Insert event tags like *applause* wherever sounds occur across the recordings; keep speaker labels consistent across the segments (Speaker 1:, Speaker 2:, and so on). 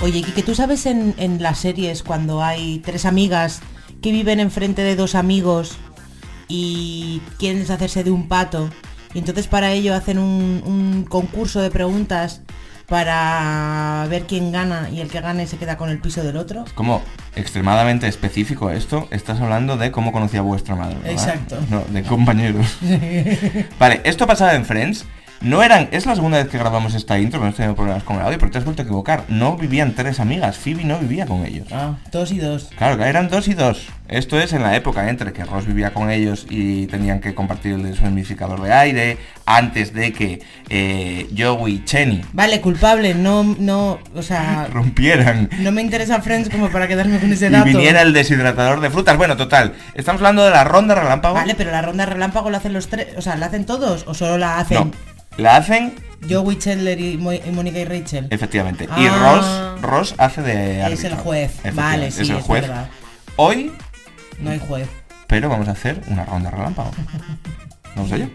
Speaker 1: Oye, que tú sabes en, en las series cuando hay tres amigas que viven enfrente de dos amigos y quieren deshacerse de un pato. Y entonces para ello hacen un, un concurso de preguntas para ver quién gana y el que gane se queda con el piso del otro.
Speaker 2: Como extremadamente específico esto, estás hablando de cómo conocía vuestra madre. ¿verdad?
Speaker 1: Exacto.
Speaker 2: No, de compañeros. vale, esto pasaba en Friends. No eran, es la segunda vez que grabamos esta intro, pero hemos tenido problemas con el audio, pero te has vuelto a equivocar. No vivían tres amigas, Phoebe no vivía con ellos.
Speaker 1: Ah, dos y dos.
Speaker 2: Claro, eran dos y dos. Esto es en la época entre que Ross vivía con ellos y tenían que compartir el deshumidificador de aire, antes de que eh, Joey y Cheney *laughs*
Speaker 1: Vale, culpable, no, no, o sea,
Speaker 2: rompieran
Speaker 1: no me interesa Friends como para quedarme con ese
Speaker 2: y
Speaker 1: este dato.
Speaker 2: viniera el deshidratador de frutas. Bueno, total, estamos hablando de la ronda relámpago.
Speaker 1: Vale, pero la ronda relámpago la hacen los tres, o sea, la hacen todos o solo la
Speaker 2: no,
Speaker 1: hacen
Speaker 2: la hacen
Speaker 1: Joey Chandler y, Mo- y Mónica y Rachel.
Speaker 2: efectivamente. Y
Speaker 1: Ah.
Speaker 2: Ross, Ross hace de...
Speaker 1: Es el
Speaker 2: árbitro.
Speaker 1: juez.
Speaker 2: Efectivamente,
Speaker 1: Vale, sí,
Speaker 2: es
Speaker 1: es,
Speaker 2: el juez.
Speaker 1: verdad.
Speaker 2: Hoy
Speaker 1: No hay juez.
Speaker 2: pero vamos a hacer una
Speaker 1: *laughs*
Speaker 2: ronda relámpago. Vamos allá.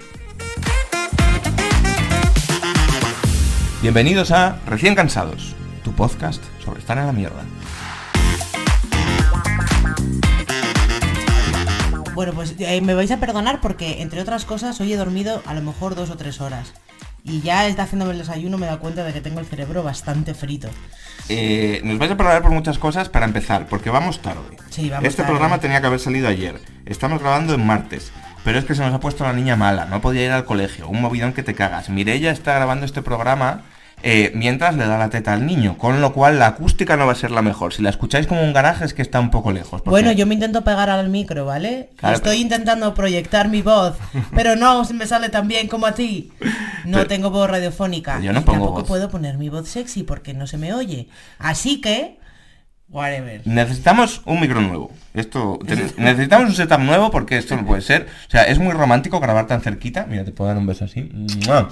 Speaker 2: Bienvenidos a Recién Cansados, tu podcast sobre estar en la mierda.
Speaker 1: Bueno, pues eh, me vais a perdonar porque, entre otras cosas, hoy he dormido a lo mejor dos o tres horas. Y ya está haciéndome el desayuno, me da cuenta de que tengo el cerebro bastante frito.
Speaker 2: Eh, nos vais a perdonar por muchas cosas para empezar, porque vamos tarde.
Speaker 1: Sí, vamos
Speaker 2: este
Speaker 1: tarde.
Speaker 2: programa tenía que haber salido ayer. Estamos grabando en martes. Pero es que se nos ha puesto la niña mala, no podía ir al colegio, un movidón que te cagas. Mirella está grabando este programa eh, mientras le da la teta al niño, con lo cual la acústica no va a ser la mejor. Si la escucháis como un garaje es que está un poco lejos. porque-
Speaker 1: Bueno, yo me intento pegar al micro, ¿vale?
Speaker 2: Claro,
Speaker 1: Estoy
Speaker 2: pero-
Speaker 1: intentando proyectar mi
Speaker 2: *laughs*
Speaker 1: voz, pero no me sale tan bien como a ti. No tengo voz radiofónica.
Speaker 2: Yo no
Speaker 1: y
Speaker 2: pongo
Speaker 1: tampoco
Speaker 2: voz.
Speaker 1: puedo poner mi voz sexy porque no se me oye. Así que, whatever.
Speaker 2: Necesitamos un micro nuevo. Esto te- necesitamos un setup nuevo porque esto no puede ser. O sea, es muy romántico grabar tan cerquita. Mira, te puedo dar un beso así. ¡Mua!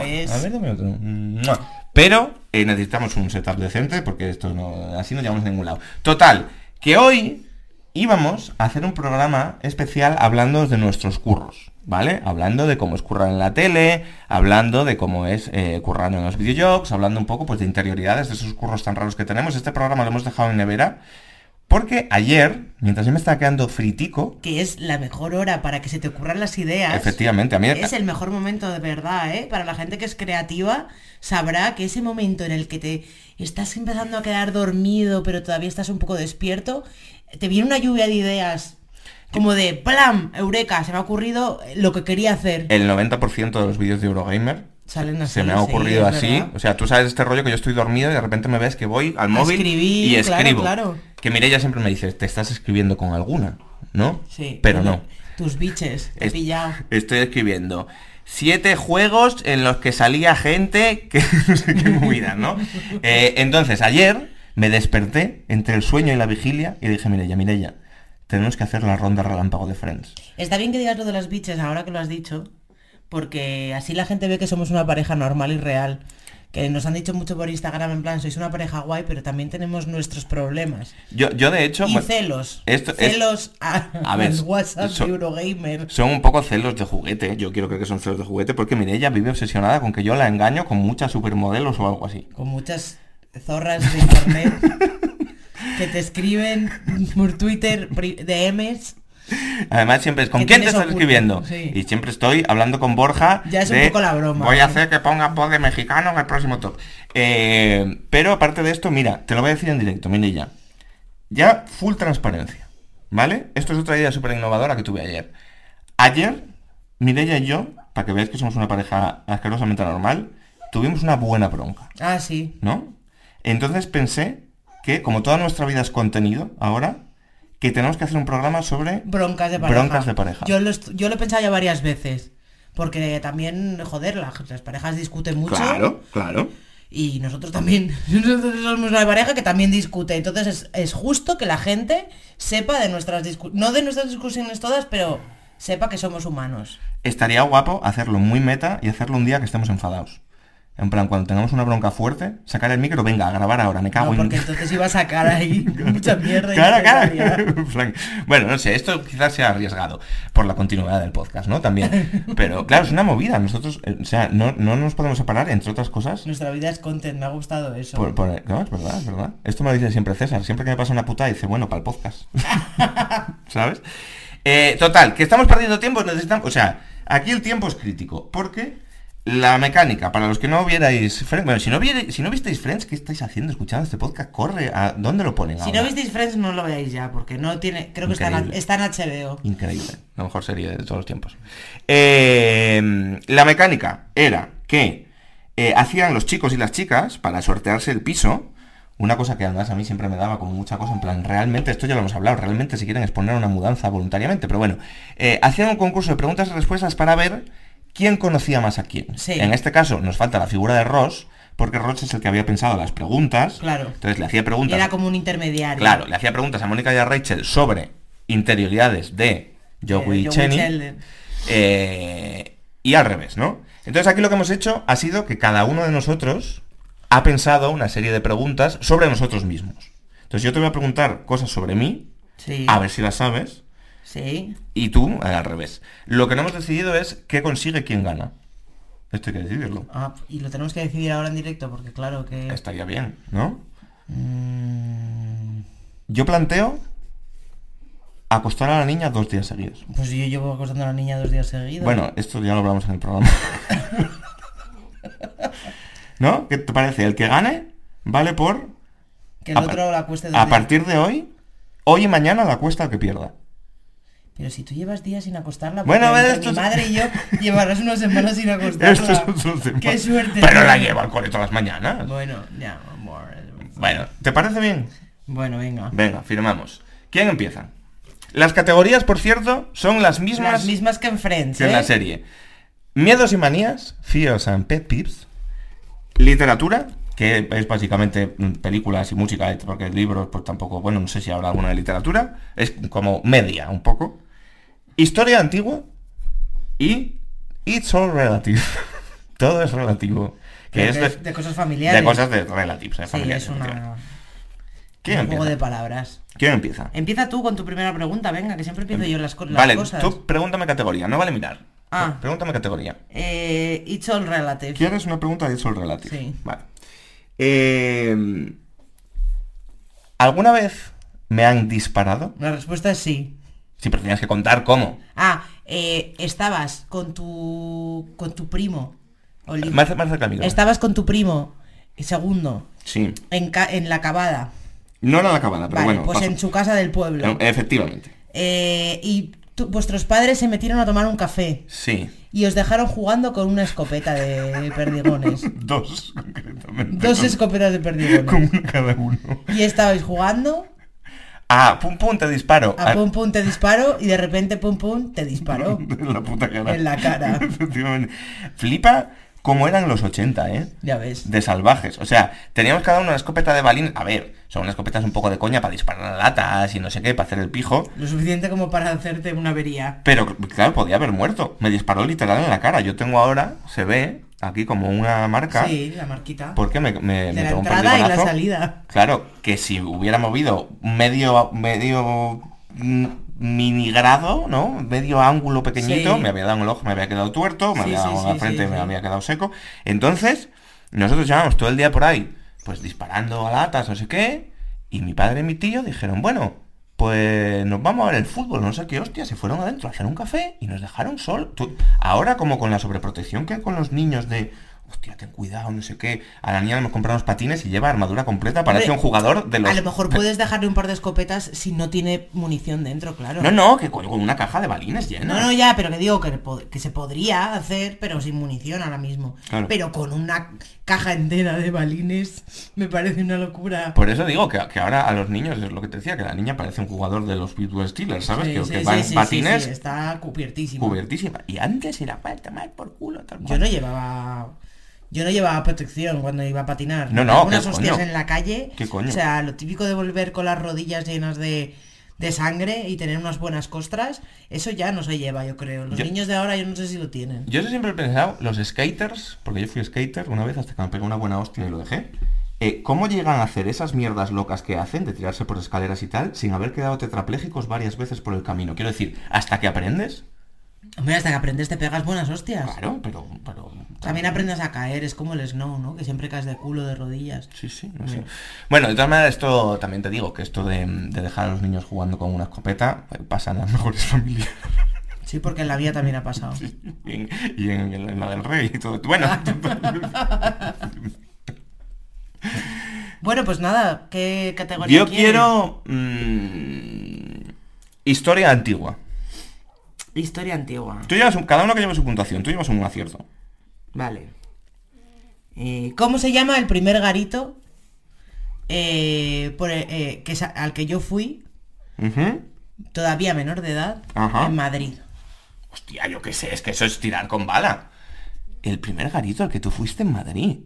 Speaker 1: Pero es-
Speaker 2: a ver, dame otro. ¡Mua! Pero eh, necesitamos un setup decente porque esto no así no llegamos a ningún lado. Total, que hoy íbamos a hacer un programa especial hablando de nuestros curros, ¿vale? Hablando de cómo es currar en la tele, hablando de cómo es eh, currando en los videojuegos, hablando un poco pues de interioridades, de esos curros tan raros que tenemos. Este programa lo hemos dejado en nevera porque ayer, mientras yo me estaba quedando fritico,
Speaker 1: Que es la mejor hora para que se te ocurran las ideas.
Speaker 2: efectivamente, a mí...
Speaker 1: Es el mejor momento de verdad, ¿eh? Para la gente que es creativa, sabrá que ese momento en el que te estás empezando a quedar dormido, pero todavía estás un poco despierto, te viene una lluvia de ideas. Como de, ¡plam! ¡Eureka! Se me ha ocurrido lo que quería hacer.
Speaker 2: El 90% de los vídeos de Eurogamer
Speaker 1: Salen así,
Speaker 2: Eh, se me ha
Speaker 1: sí,
Speaker 2: ocurrido
Speaker 1: es
Speaker 2: así.
Speaker 1: verdad.
Speaker 2: O sea, tú sabes este rollo que yo estoy dormido y de repente me ves que voy al móvil
Speaker 1: escribir,
Speaker 2: y
Speaker 1: claro,
Speaker 2: escribo.
Speaker 1: claro.
Speaker 2: Que Mireia siempre me dice, te estás escribiendo con alguna, ¿no?
Speaker 1: Sí.
Speaker 2: Pero
Speaker 1: Oye,
Speaker 2: no.
Speaker 1: Tus biches, te he
Speaker 2: Es-
Speaker 1: pillado.
Speaker 2: Estoy escribiendo siete juegos en los que salía gente que *laughs* no sé qué movida,
Speaker 1: *laughs*
Speaker 2: ¿no? Eh, entonces, ayer me desperté entre el sueño y la vigilia y le dije, Mireia, Mireia, tenemos que hacer la ronda relámpago de Friends.
Speaker 1: Está bien que digas lo de las biches ahora que lo has dicho, porque así la gente ve que somos una pareja normal y real. Que nos han dicho mucho por Instagram, en plan, sois una pareja guay, pero también tenemos nuestros problemas.
Speaker 2: Yo, yo de hecho...
Speaker 1: Y
Speaker 2: bueno,
Speaker 1: celos.
Speaker 2: esto es-
Speaker 1: celos a, *laughs*
Speaker 2: A ver,
Speaker 1: al WhatsApp
Speaker 2: so-
Speaker 1: de Eurogamer.
Speaker 2: Son un poco celos de juguete, yo quiero creer que son celos de juguete, porque Mireia vive obsesionada con que yo la engaño con muchas supermodelos o algo así.
Speaker 1: Con muchas zorras de internet
Speaker 2: *laughs*
Speaker 1: que te escriben por Twitter pri- DMs.
Speaker 2: Además siempre es, ¿con
Speaker 1: Que
Speaker 2: quién te
Speaker 1: tienes
Speaker 2: estás
Speaker 1: oculto,
Speaker 2: escribiendo?
Speaker 1: sí.
Speaker 2: Y siempre estoy hablando con Borja.
Speaker 1: Ya es un
Speaker 2: de,
Speaker 1: poco la broma,
Speaker 2: Voy
Speaker 1: ¿no?
Speaker 2: a hacer que ponga pod de mexicano en el próximo top. Eh, pero aparte de esto, mira, te lo voy a decir en directo, Mireia. Ya full transparencia, ¿vale? Esto es otra idea súper innovadora que tuve ayer. Ayer, Mireia y yo, para que veáis que somos una pareja asquerosamente normal, tuvimos una buena bronca.
Speaker 1: Ah, sí.
Speaker 2: ¿no? Entonces pensé que, como toda nuestra vida es contenido ahora, que tenemos que hacer un programa sobre...
Speaker 1: Broncas de pareja.
Speaker 2: Broncas de pareja.
Speaker 1: Yo lo, est- yo lo he pensado ya varias veces. Porque también, joder, la- las parejas discuten mucho.
Speaker 2: claro.
Speaker 1: Y nosotros también, *laughs* nosotros somos una pareja que también discute. Entonces es, es justo que la gente sepa de nuestras discusiones, no de nuestras discusiones todas, pero sepa que somos humanos.
Speaker 2: Estaría guapo hacerlo muy meta y hacerlo un día que estemos enfadados. En plan, cuando tengamos una bronca fuerte, sacar el micro, venga, a grabar ahora, me cago
Speaker 1: No,
Speaker 2: en...
Speaker 1: porque entonces iba a sacar
Speaker 2: *laughs*
Speaker 1: ahí *laughs* mucha mierda. y
Speaker 2: Claro,
Speaker 1: no valía.
Speaker 2: claro. *laughs* En plan, Bueno, no sé, esto quizás sea arriesgado por la continuidad del podcast,
Speaker 1: *laughs*
Speaker 2: ¿no? También. Pero claro, es una movida. Nosotros, eh, o sea, no, no nos podemos separar, entre otras cosas.
Speaker 1: Nuestra vida es content, me ha gustado eso.
Speaker 2: Por, por- no, es verdad, es verdad. Esto me lo dice siempre César. Siempre que me pasa una puta dice, bueno, para el podcast. *laughs* ¿Sabes? Eh, total, que estamos perdiendo tiempo, necesitamos... O sea, aquí el tiempo es crítico, porque la mecánica, para los que no vierais Friends, bueno, si no, viere- si no visteis Friends, ¿qué estáis haciendo escuchando este podcast? Corre, ¿a dónde lo ponen
Speaker 1: si
Speaker 2: ahora?
Speaker 1: no visteis Friends, no lo veáis ya, porque no tiene. Creo que está en,
Speaker 2: Increíble.
Speaker 1: está en HBO.
Speaker 2: Increíble, la mejor serie de todos los tiempos. Eh, la mecánica era que eh, hacían los chicos y las chicas para sortearse el piso. Una cosa que además a mí siempre me daba como mucha cosa, en plan, realmente, esto ya lo hemos hablado, realmente si quieren exponer una mudanza voluntariamente, pero bueno, eh, hacían un concurso de preguntas y respuestas para ver quién conocía más a quién.
Speaker 1: Sí.
Speaker 2: En este caso nos falta la figura de Ross, porque Ross es el que había pensado las preguntas.
Speaker 1: Claro.
Speaker 2: Entonces le hacía
Speaker 1: Y
Speaker 2: preguntas.
Speaker 1: era como un intermediario.
Speaker 2: Claro, le hacía preguntas a Mónica y a Rachel sobre interioridades de Joey
Speaker 1: Eh,
Speaker 2: y
Speaker 1: Joey
Speaker 2: Cheney.
Speaker 1: Sheldon.
Speaker 2: eh, y al revés, ¿no? Entonces aquí lo que hemos hecho ha sido que cada uno de nosotros ha pensado una serie de preguntas sobre nosotros mismos. Entonces yo te voy a preguntar cosas sobre mí,
Speaker 1: Sí.
Speaker 2: a ver si las sabes,
Speaker 1: Sí.
Speaker 2: y tú eh, al revés. Lo que no hemos decidido es qué consigue quién gana. Esto hay que decidirlo.
Speaker 1: Ah, y lo tenemos que decidir ahora en directo, porque claro que.
Speaker 2: Estaría bien, ¿no?
Speaker 1: Mm,
Speaker 2: Yo planteo acostar a la niña dos días seguidos.
Speaker 1: pues yo llevo acostando a la niña dos días seguidos.
Speaker 2: Bueno, esto ya lo hablamos en el programa.
Speaker 1: *laughs*
Speaker 2: ¿No? ¿Qué te parece? El que gane vale por...
Speaker 1: Que el
Speaker 2: a par-
Speaker 1: otro la cueste dos
Speaker 2: A
Speaker 1: días.
Speaker 2: partir de hoy, hoy y mañana la cuesta al que pierda.
Speaker 1: Pero si tú llevas días sin acostarla,
Speaker 2: Bueno,
Speaker 1: porque
Speaker 2: a ver,
Speaker 1: entre
Speaker 2: esto es-
Speaker 1: mi madre y yo
Speaker 2: *laughs*
Speaker 1: llevarás unas semanas sin acostarla.
Speaker 2: Esto es otro tema.
Speaker 1: Qué suerte.
Speaker 2: Pero la
Speaker 1: tío.
Speaker 2: lleva al cole todas las mañanas.
Speaker 1: Bueno, ya, amor.
Speaker 2: Bueno, ¿te parece bien?
Speaker 1: Bueno, venga.
Speaker 2: Venga, firmamos. ¿Quién empieza? Las categorías, por cierto, son las mismas,
Speaker 1: Las mismas que en Friends,
Speaker 2: que en
Speaker 1: ¿eh?
Speaker 2: la serie. Miedos y manías, fears and pet peeves. Literatura, que es básicamente mm, películas y música, eh, porque libros, pues tampoco, bueno, no sé si habrá alguna de literatura. Es como media, un poco. Historia antigua y It's all relative. *laughs* Todo es relativo. Que
Speaker 1: Pero
Speaker 2: es
Speaker 1: que
Speaker 2: de,
Speaker 1: es de cosas
Speaker 2: de
Speaker 1: familiares.
Speaker 2: cosas de relatives. eh,
Speaker 1: Sí,
Speaker 2: familiares,
Speaker 1: es una...
Speaker 2: ¿Quién
Speaker 1: un juego
Speaker 2: empieza?
Speaker 1: de palabras.
Speaker 2: ¿Quién empieza?
Speaker 1: Empieza tú con tu primera pregunta, venga, que siempre empiezo yo las, co- las
Speaker 2: Em, Vale,
Speaker 1: cosas.
Speaker 2: tú pregúntame categoría, no vale mirar.
Speaker 1: Ah.
Speaker 2: Pregúntame categoría.
Speaker 1: Eh, it's all relative.
Speaker 2: ¿Quieres una pregunta de Sol Relative?
Speaker 1: Sí.
Speaker 2: Vale. Eh, ¿Alguna vez me han disparado?
Speaker 1: La respuesta es sí.
Speaker 2: Sí, pero tenías que contar cómo.
Speaker 1: Ah, eh, estabas con tu con tu primo. Oli-
Speaker 2: Más, más cerca del micro.
Speaker 1: Estabas con tu primo, eh, segundo,
Speaker 2: Sí.
Speaker 1: en, ca- en la cabada.
Speaker 2: No era la acabada, pero
Speaker 1: Vale,
Speaker 2: bueno.
Speaker 1: pues
Speaker 2: paso.
Speaker 1: en su casa del pueblo.
Speaker 2: Eh, Efectivamente.
Speaker 1: Eh, y tu- vuestros padres se metieron a tomar un café
Speaker 2: Sí.
Speaker 1: y os dejaron jugando con una escopeta de
Speaker 2: *laughs*
Speaker 1: perdigones.
Speaker 2: *laughs* Dos, concretamente.
Speaker 1: Dos
Speaker 2: con-
Speaker 1: escopetas de
Speaker 2: con
Speaker 1: perdigones.
Speaker 2: una cada uno.
Speaker 1: Y estabais jugando,
Speaker 2: Ah, pum pum, te disparo.
Speaker 1: a
Speaker 2: Ah,
Speaker 1: pum pum te disparo y de repente pum pum te disparó.
Speaker 2: *laughs* En la puta cara.
Speaker 1: En la cara.
Speaker 2: *laughs* Efectivamente. Flipa como eran los 80, ¿eh?
Speaker 1: Ya ves.
Speaker 2: de salvajes. O sea, teníamos cada uno una escopeta de balín. A ver, son unas escopetas un poco de coña para disparar a latas y no sé qué, para hacer el pijo.
Speaker 1: Lo suficiente como para hacerte una avería.
Speaker 2: Pero claro, podía haber muerto. Me disparó literal en la cara. Yo tengo ahora, se ve aquí como una marca.
Speaker 1: Sí, la marquita.
Speaker 2: Porque me, me,
Speaker 1: de
Speaker 2: me
Speaker 1: la
Speaker 2: pegó un
Speaker 1: entrada y la
Speaker 2: perdigonazo.
Speaker 1: salida.
Speaker 2: Claro, que si hubiera movido medio medio mm, minigrado, ¿no? Medio ángulo pequeñito,
Speaker 1: Sí.
Speaker 2: me había dado un ojo, me había quedado tuerto, me
Speaker 1: Sí,
Speaker 2: había
Speaker 1: sí,
Speaker 2: dado
Speaker 1: sí,
Speaker 2: la
Speaker 1: sí,
Speaker 2: frente,
Speaker 1: sí.
Speaker 2: me había quedado seco. Entonces, nosotros llevábamos todo el día por ahí, pues disparando a latas, no sé qué, y mi padre y mi tío dijeron, bueno, pues nos vamos a ver el fútbol, no sé qué hostia, se fueron adentro a hacer un café y nos dejaron sol. Tú- Ahora como con la sobreprotección que hay con los niños de, hostia, ten cuidado, no sé qué, a la niña le hemos comprado unos patines y lleva armadura completa, parece
Speaker 1: Hombre,
Speaker 2: un jugador de los...
Speaker 1: A lo mejor puedes dejarle un par de escopetas si no tiene munición dentro, claro.
Speaker 2: *laughs* No, no, que con con una caja de balines llena.
Speaker 1: No, no, ya, pero que digo que, po- que se podría hacer, pero sin munición ahora mismo.
Speaker 2: Claro.
Speaker 1: Pero con una caja entera de balines me parece una locura.
Speaker 2: Por eso digo que, que ahora a los niños es lo que te decía, que la niña parece un jugador de los Pitbull Steelers, ¿sabes?
Speaker 1: Sí,
Speaker 2: que,
Speaker 1: sí,
Speaker 2: que
Speaker 1: sí,
Speaker 2: va
Speaker 1: sí,
Speaker 2: en
Speaker 1: sí,
Speaker 2: patines
Speaker 1: sí, está cubiertísimo.
Speaker 2: cubiertísima. Y antes era para tomar por culo, tal
Speaker 1: Yo
Speaker 2: cual.
Speaker 1: no llevaba. Yo no llevaba protección cuando iba a patinar.
Speaker 2: No, no,
Speaker 1: Algunas
Speaker 2: ¿qué
Speaker 1: hostias
Speaker 2: coño?
Speaker 1: en la calle.
Speaker 2: ¿Qué coño?
Speaker 1: O sea, lo típico de volver con las rodillas llenas de, de sangre y tener unas buenas costras, eso ya no se lleva, yo creo. Los
Speaker 2: Yo-
Speaker 1: niños de ahora yo no sé si lo tienen.
Speaker 2: Yo eso siempre he pensado, los skaters, porque yo fui skater una vez hasta que me pegó una buena hostia y lo dejé. eh, ¿Cómo llegan a hacer esas mierdas locas que hacen de tirarse por escaleras y tal sin haber quedado tetraplégicos varias veces por el camino? Quiero decir, hasta que aprendes,
Speaker 1: Hombre, hasta que aprendes te pegas buenas hostias.
Speaker 2: claro, pero... pero
Speaker 1: También aprendes a caer, es como el snow, ¿no? Que siempre caes de culo, de rodillas.
Speaker 2: Sí, sí, no sé. Bueno, de todas maneras, esto también te digo, que esto de, de dejar a los niños jugando con una escopeta, eh, pasa en las *laughs* mejores familias.
Speaker 1: Sí, porque en la vida también ha
Speaker 2: *laughs*
Speaker 1: pasado.
Speaker 2: Y en, y en- en la del rey y todo.
Speaker 1: *laughs*
Speaker 2: Bueno,
Speaker 1: Bueno, pues nada, ¿qué categoría
Speaker 2: yo
Speaker 1: quieres?
Speaker 2: quiero... mm, historia antigua.
Speaker 1: Historia antigua.
Speaker 2: Tú llevas un- cada uno que lleva su puntuación, tú llevas un acierto.
Speaker 1: Vale. Eh, ¿Cómo se llama el primer garito eh, por el- eh, que es a- al que yo fui,
Speaker 2: Ujú.
Speaker 1: todavía menor de edad,
Speaker 2: Ajá.
Speaker 1: en Madrid?
Speaker 2: Hostia, yo qué sé, es que eso es tirar con bala. El primer garito al que tú fuiste en Madrid.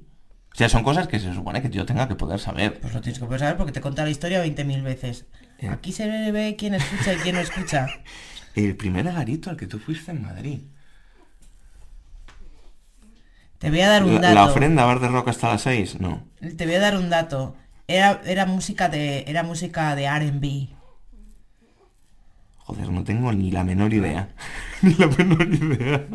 Speaker 2: O sea, son cosas que se supone que yo tenga que poder saber.
Speaker 1: Pues lo tienes que poder saber porque te conta la historia 20.000 veces.
Speaker 2: Eh.
Speaker 1: Aquí se ve quién escucha y quién no escucha.
Speaker 2: El primer garito al que tú fuiste en Madrid.
Speaker 1: Te voy a dar un
Speaker 2: La,
Speaker 1: dato.
Speaker 2: la ofrenda Bar de Rock hasta las 6, no.
Speaker 1: Te voy a dar un dato. Era, era música de era música de R&B.
Speaker 2: Joder, no tengo ni la menor idea. *laughs* ni la menor idea. *laughs*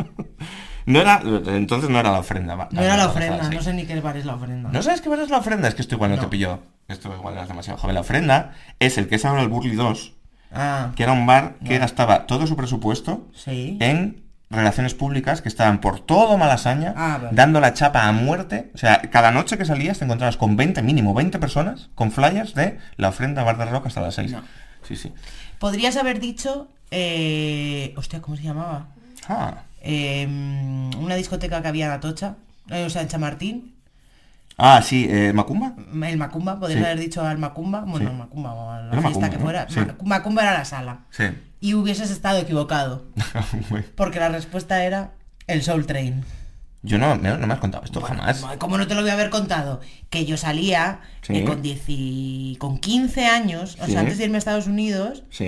Speaker 2: No era, entonces Ah, no era la ofrenda. Bar-
Speaker 1: No era la
Speaker 2: Bar de Rock hasta las
Speaker 1: ofrenda, no
Speaker 2: seis.
Speaker 1: sé ni qué bar es la ofrenda.
Speaker 2: ¿No sabes qué bar es la ofrenda? Es que esto igual no, te
Speaker 1: No.
Speaker 2: pilló. Esto igual eras demasiado joven. La ofrenda es el que es ahora el Burly 2,
Speaker 1: Ah,
Speaker 2: que era un bar que gastaba todo su presupuesto
Speaker 1: sí.
Speaker 2: en relaciones públicas que estaban por todo Malasaña,
Speaker 1: Ah, vale.
Speaker 2: dando la chapa a muerte. O sea, cada noche que salías te encontrabas con 20, mínimo 20 personas, con flyers de la ofrenda Bar de Rock hasta las 6.
Speaker 1: No.
Speaker 2: Sí, sí.
Speaker 1: Podrías haber dicho eh, hostia, ¿cómo se llamaba?
Speaker 2: Ah,
Speaker 1: Eh, una discoteca que había en Atocha, eh, o sea, en Chamartín,
Speaker 2: Ah, sí, eh, Macumba.
Speaker 1: el Macumba, podrías
Speaker 2: Sí.
Speaker 1: haber dicho al Macumba, bueno,
Speaker 2: Sí.
Speaker 1: al Macumba o a la
Speaker 2: Era
Speaker 1: fiesta
Speaker 2: Macumba,
Speaker 1: que
Speaker 2: ¿no?
Speaker 1: fuera.
Speaker 2: Sí.
Speaker 1: Ma- Macumba era la sala.
Speaker 2: Sí. *laughs*
Speaker 1: Y hubieses estado equivocado, porque la respuesta era el Soul Train.
Speaker 2: Yo no, no, no me has contado esto jamás.
Speaker 1: ¿Cómo no te lo voy a haber contado? Que yo salía
Speaker 2: Sí.
Speaker 1: eh, con, 10 y- con 15 años, o
Speaker 2: Sí.
Speaker 1: sea, antes de irme a Estados Unidos,
Speaker 2: Sí.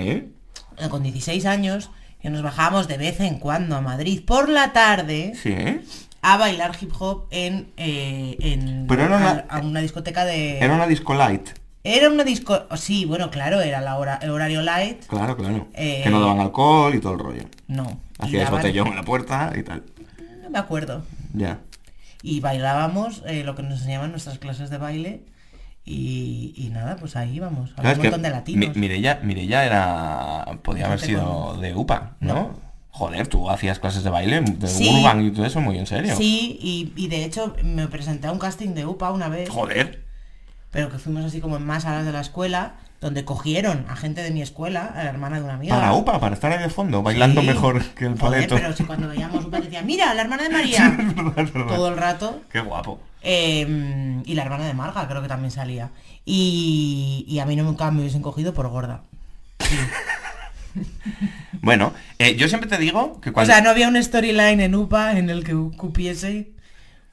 Speaker 1: eh, con 16 años, que nos bajábamos de vez en cuando a Madrid por la tarde
Speaker 2: Sí.
Speaker 1: a bailar hip hop en, eh, en-
Speaker 2: Pero era
Speaker 1: a,
Speaker 2: una-
Speaker 1: a una discoteca de...
Speaker 2: Era una disco light.
Speaker 1: Era una disco... oh, Sí, bueno, claro, era la hora, el horario light.
Speaker 2: Claro, claro.
Speaker 1: Eh,
Speaker 2: Que no daban alcohol y todo el rollo.
Speaker 1: No. y
Speaker 2: Hacías
Speaker 1: daban-
Speaker 2: botellón en la puerta y tal.
Speaker 1: No me acuerdo.
Speaker 2: Ya.
Speaker 1: Y bailábamos eh, lo que nos enseñaban nuestras clases de baile. Y, y nada, pues ahí íbamos. Había
Speaker 2: ¿Sabes
Speaker 1: un
Speaker 2: qué?
Speaker 1: montón de latinos.
Speaker 2: Mi- Mirella, Mirella era... Podía haber
Speaker 1: Gente
Speaker 2: sido de UPA, ¿no? Joder, tú hacías clases de baile, de
Speaker 1: Sí.
Speaker 2: urban y todo eso, muy en serio.
Speaker 1: Sí, y, y de hecho me presenté a un casting de UPA una vez,
Speaker 2: Joder.
Speaker 1: pero que fuimos así como en más salas de la escuela, donde cogieron a gente de mi escuela, a la hermana de una amiga.
Speaker 2: Para UPA, para estar ahí de fondo, bailando
Speaker 1: Sí.
Speaker 2: mejor que el
Speaker 1: Joder,
Speaker 2: paleto.
Speaker 1: pero si cuando veíamos UPA decía, mira, la hermana de
Speaker 2: *laughs*
Speaker 1: María,
Speaker 2: Es verdad, es verdad.
Speaker 1: todo el rato.
Speaker 2: Qué guapo.
Speaker 1: Eh, y la hermana de Marga creo que también salía. Y, y a mí nunca me hubiesen cogido por gorda.
Speaker 2: Bueno, eh, yo siempre te digo que
Speaker 1: O
Speaker 2: cuando...
Speaker 1: sea, no había un storyline en UPA en el que cupiese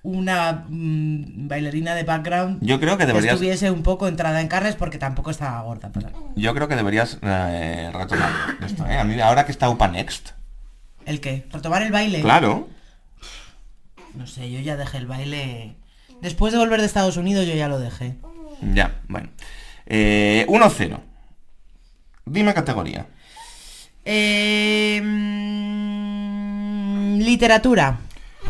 Speaker 1: una mm, bailarina de background
Speaker 2: Yo creo que
Speaker 1: que
Speaker 2: deberías...
Speaker 1: estuviese un poco entrada en carnes porque tampoco estaba gorda. pero-
Speaker 2: Yo creo que deberías eh, retomar esto, ¿eh? A mí, ahora que está UPA Next.
Speaker 1: ¿El qué? ¿Retomar el baile?
Speaker 2: Claro.
Speaker 1: No sé, yo ya dejé el baile. Después de volver de Estados Unidos yo ya lo dejé.
Speaker 2: Ya, bueno. Eh, 1-0. Dime categoría.
Speaker 1: Eh, mm, literatura.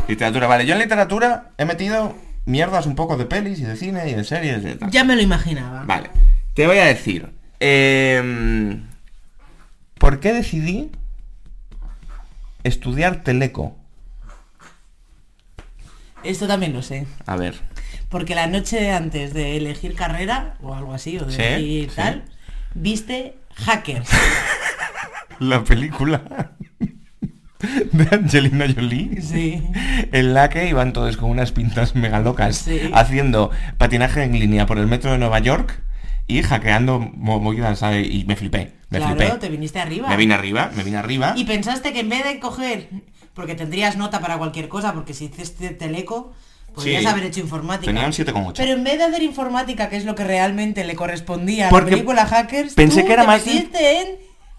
Speaker 2: Literatura, vale. Yo en literatura he metido mierdas un poco de pelis y de cine y de series y de tal.
Speaker 1: Ya me lo imaginaba.
Speaker 2: Vale. Te voy a decir. em, ¿Por qué decidí estudiar teleco?
Speaker 1: Esto también lo sé.
Speaker 2: A ver.
Speaker 1: Porque la noche antes de elegir carrera o algo así, o de
Speaker 2: Sí,
Speaker 1: elegir
Speaker 2: sí.
Speaker 1: tal, viste Hackers.
Speaker 2: La película *laughs* de Angelina Jolie.
Speaker 1: Sí.
Speaker 2: En la que iban todos con unas pintas mega locas
Speaker 1: Sí.
Speaker 2: haciendo patinaje en línea por el metro de Nueva York y hackeando mo- movidas ¿sabes? y me flipé, *laughs* me
Speaker 1: claro,
Speaker 2: flipé.
Speaker 1: te viniste arriba.
Speaker 2: Me vine arriba, me vine arriba.
Speaker 1: Y pensaste que en vez de coger, porque tendrías nota para cualquier cosa, porque si hiciste este teleco, Podrías
Speaker 2: Sí.
Speaker 1: haber hecho informática.
Speaker 2: Tenía un 7,8.
Speaker 1: Pero en vez de hacer informática, que es lo que realmente le correspondía a
Speaker 2: Porque
Speaker 1: la película Hackers,
Speaker 2: pensé
Speaker 1: tú
Speaker 2: que era
Speaker 1: te
Speaker 2: más-
Speaker 1: metiste en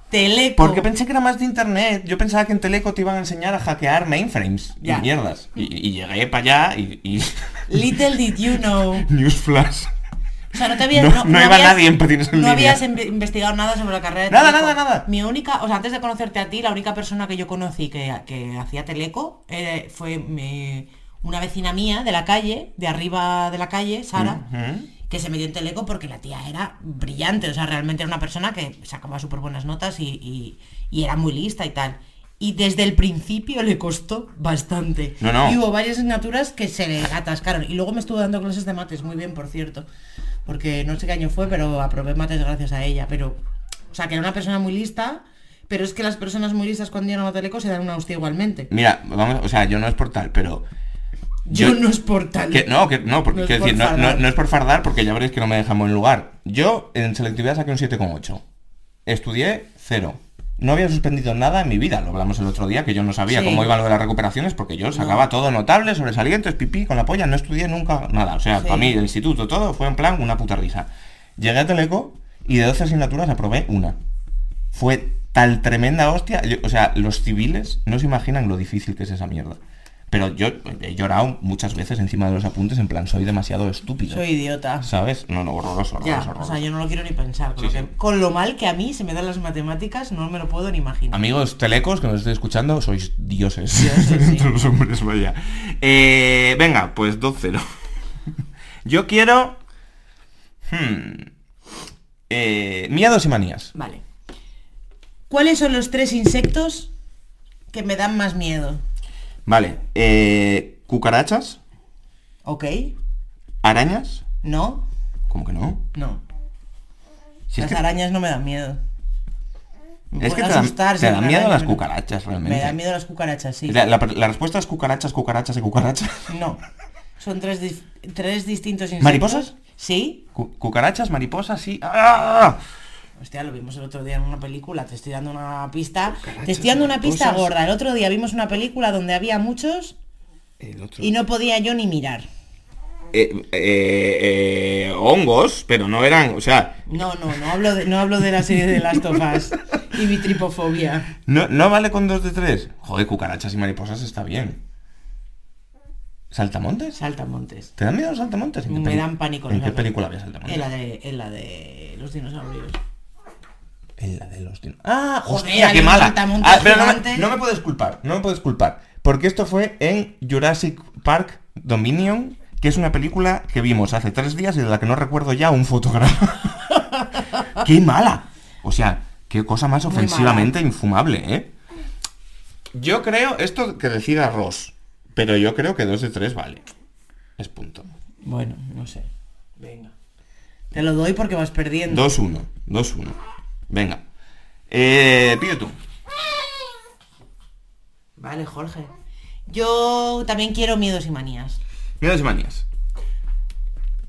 Speaker 1: Teleco.
Speaker 2: Porque pensé que era más de internet. Yo pensaba que en Teleco te iban a enseñar a hackear mainframes
Speaker 1: Ya.
Speaker 2: y mierdas. Y, y llegué para allá y. y-
Speaker 1: Little did you know.
Speaker 2: *laughs* Newsflash.
Speaker 1: O sea, no te habías...
Speaker 2: No- no iba nadie en patines en
Speaker 1: No
Speaker 2: línea.
Speaker 1: habías inve- investigado nada sobre la carrera de
Speaker 2: Nada,
Speaker 1: Teleco.
Speaker 2: nada, nada.
Speaker 1: Mi única... O sea, antes de conocerte a ti, la única persona que yo conocí que, que hacía Teleco eh, fue mi- una vecina mía de la calle, de arriba de la calle, Sara.
Speaker 2: Ujú.
Speaker 1: que se metió en Teleco porque la tía era brillante, o sea, realmente era una persona que sacaba súper buenas notas y, y- y era muy lista y tal. Y desde el principio le costó bastante.
Speaker 2: No, no.
Speaker 1: Y hubo varias asignaturas que se le atascaron. Y luego me estuvo dando clases de mates, muy bien, por cierto. Porque no sé qué año fue, pero aprobé mates gracias a ella. Pero, o sea, que era una persona muy lista, pero es que las personas muy listas cuando llegan a Teleco se dan una hostia igualmente.
Speaker 2: Mira, vamos, o sea, yo no es por tal, pero.
Speaker 1: Yo,
Speaker 2: Yo-
Speaker 1: no es por tal.
Speaker 2: Que, no, que, no, porque
Speaker 1: ¿eh? No es
Speaker 2: quiero decir,
Speaker 1: por
Speaker 2: no, no-
Speaker 1: fardar.
Speaker 2: no es por fardar, porque ya veréis que no me deja en buen lugar. Yo en selectividad saqué un 7,8. Estudié cero. No había suspendido nada en mi vida, lo hablamos el otro día, que yo no sabía
Speaker 1: Sí.
Speaker 2: cómo iba lo de las recuperaciones, porque yo sacaba todo notable, sobresalientes, pipí, con la polla, no estudié nunca nada. O sea,
Speaker 1: Sí.
Speaker 2: para mí el instituto, todo, fue en plan una puta risa. Llegué a Teleco y de 12 asignaturas aprobé una. Fue tal tremenda hostia. yo- o sea, los civiles no se imaginan lo difícil que es esa mierda. Pero yo he llorado muchas veces encima de los apuntes, en plan, soy demasiado estúpido.
Speaker 1: Soy idiota.
Speaker 2: ¿Sabes? No, no, horroroso, horroroso,
Speaker 1: Ya, o
Speaker 2: horroroso.
Speaker 1: sea, yo no lo quiero ni pensar. Con,
Speaker 2: Sí,
Speaker 1: lo, que-
Speaker 2: sí.
Speaker 1: con lo mal que a mí se me dan las matemáticas, no me lo puedo ni imaginar.
Speaker 2: Amigos telecos que nos estéis escuchando, sois dioses.
Speaker 1: Dioses, sí.
Speaker 2: *laughs* Entre los hombres, vaya. Eh, venga, pues 2-0. *laughs* Yo quiero... hmm, eh, miedos y manías.
Speaker 1: Vale. ¿Cuáles son los tres insectos que me dan más miedo?
Speaker 2: Vale. eh, cucarachas,
Speaker 1: ¿Ok?
Speaker 2: arañas.
Speaker 1: ¿No?
Speaker 2: ¿Cómo que no?
Speaker 1: No.
Speaker 2: Si es
Speaker 1: las
Speaker 2: que-
Speaker 1: arañas no me dan miedo. Me
Speaker 2: es que
Speaker 1: pueden
Speaker 2: te, da-
Speaker 1: asustar,
Speaker 2: te
Speaker 1: sí,
Speaker 2: dan
Speaker 1: una
Speaker 2: miedo
Speaker 1: araña,
Speaker 2: las
Speaker 1: pero-
Speaker 2: cucarachas, realmente.
Speaker 1: Me dan miedo las cucarachas, sí.
Speaker 2: La, la- la respuesta es cucarachas, cucarachas y cucarachas. *laughs*
Speaker 1: No. Son tres, dis- tres distintos insectos.
Speaker 2: ¿Mariposas?
Speaker 1: Sí.
Speaker 2: Cu- cucarachas, mariposas y... ¡Ah!
Speaker 1: Hostia, lo vimos el otro día en una película, te estoy dando una pista.
Speaker 2: Cucarachas,
Speaker 1: Te estoy dando una pista
Speaker 2: mariposas.
Speaker 1: gorda. El otro día vimos una película donde había muchos
Speaker 2: El otro.
Speaker 1: y no podía yo ni mirar.
Speaker 2: Eh, eh, eh, hongos, pero no eran, o sea,
Speaker 1: No, no, no hablo de, no hablo de la serie de Last of Us y mi tripofobia.
Speaker 2: no, no vale con dos de tres. Joder, cucarachas y mariposas está bien. ¿Saltamontes?
Speaker 1: Saltamontes.
Speaker 2: ¿Te dan miedo los saltamontes? ¿En qué
Speaker 1: Me
Speaker 2: peli-
Speaker 1: dan pánico los
Speaker 2: ¿En qué
Speaker 1: saltamontes.
Speaker 2: película había
Speaker 1: Es la
Speaker 2: saltamontes?
Speaker 1: de, en la de los dinosaurios.
Speaker 2: En la de los dinosaurios. ¡Ah!
Speaker 1: Joder,
Speaker 2: ¡Hostia,
Speaker 1: había
Speaker 2: qué
Speaker 1: un
Speaker 2: mala!
Speaker 1: saltamontes
Speaker 2: Ah, pero no me,
Speaker 1: gigante.
Speaker 2: no me puedes culpar, no me puedes culpar. Porque esto fue en Jurassic Park Dominion, que es una película que vimos hace tres días y de la que no recuerdo ya un fotograma. *laughs* ¡Qué mala! O sea, qué cosa más
Speaker 1: mala.
Speaker 2: ofensivamente infumable, ¿eh? Yo creo, esto que decida Ross, pero yo creo que dos de tres vale. Es punto.
Speaker 1: Bueno, no sé. Venga. Te lo doy porque vas perdiendo.
Speaker 2: 2-1, 2-1. Venga. Eh, pide tú.
Speaker 1: Vale, Jorge. Yo también quiero miedos y manías.
Speaker 2: Miedos y manías.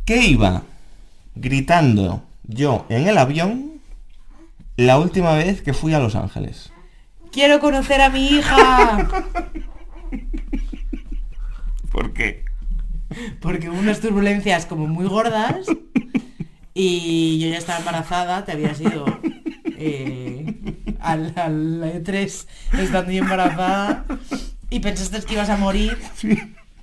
Speaker 2: ¿Qué iba gritando yo en el avión la última vez que fui a Los Ángeles?
Speaker 1: ¡Quiero conocer a mi hija!
Speaker 2: ¿Por qué?
Speaker 1: Porque hubo unas turbulencias como muy gordas y yo ya estaba embarazada, te habías ido eh, al, al E3 estando yo embarazada y pensaste que ibas a morir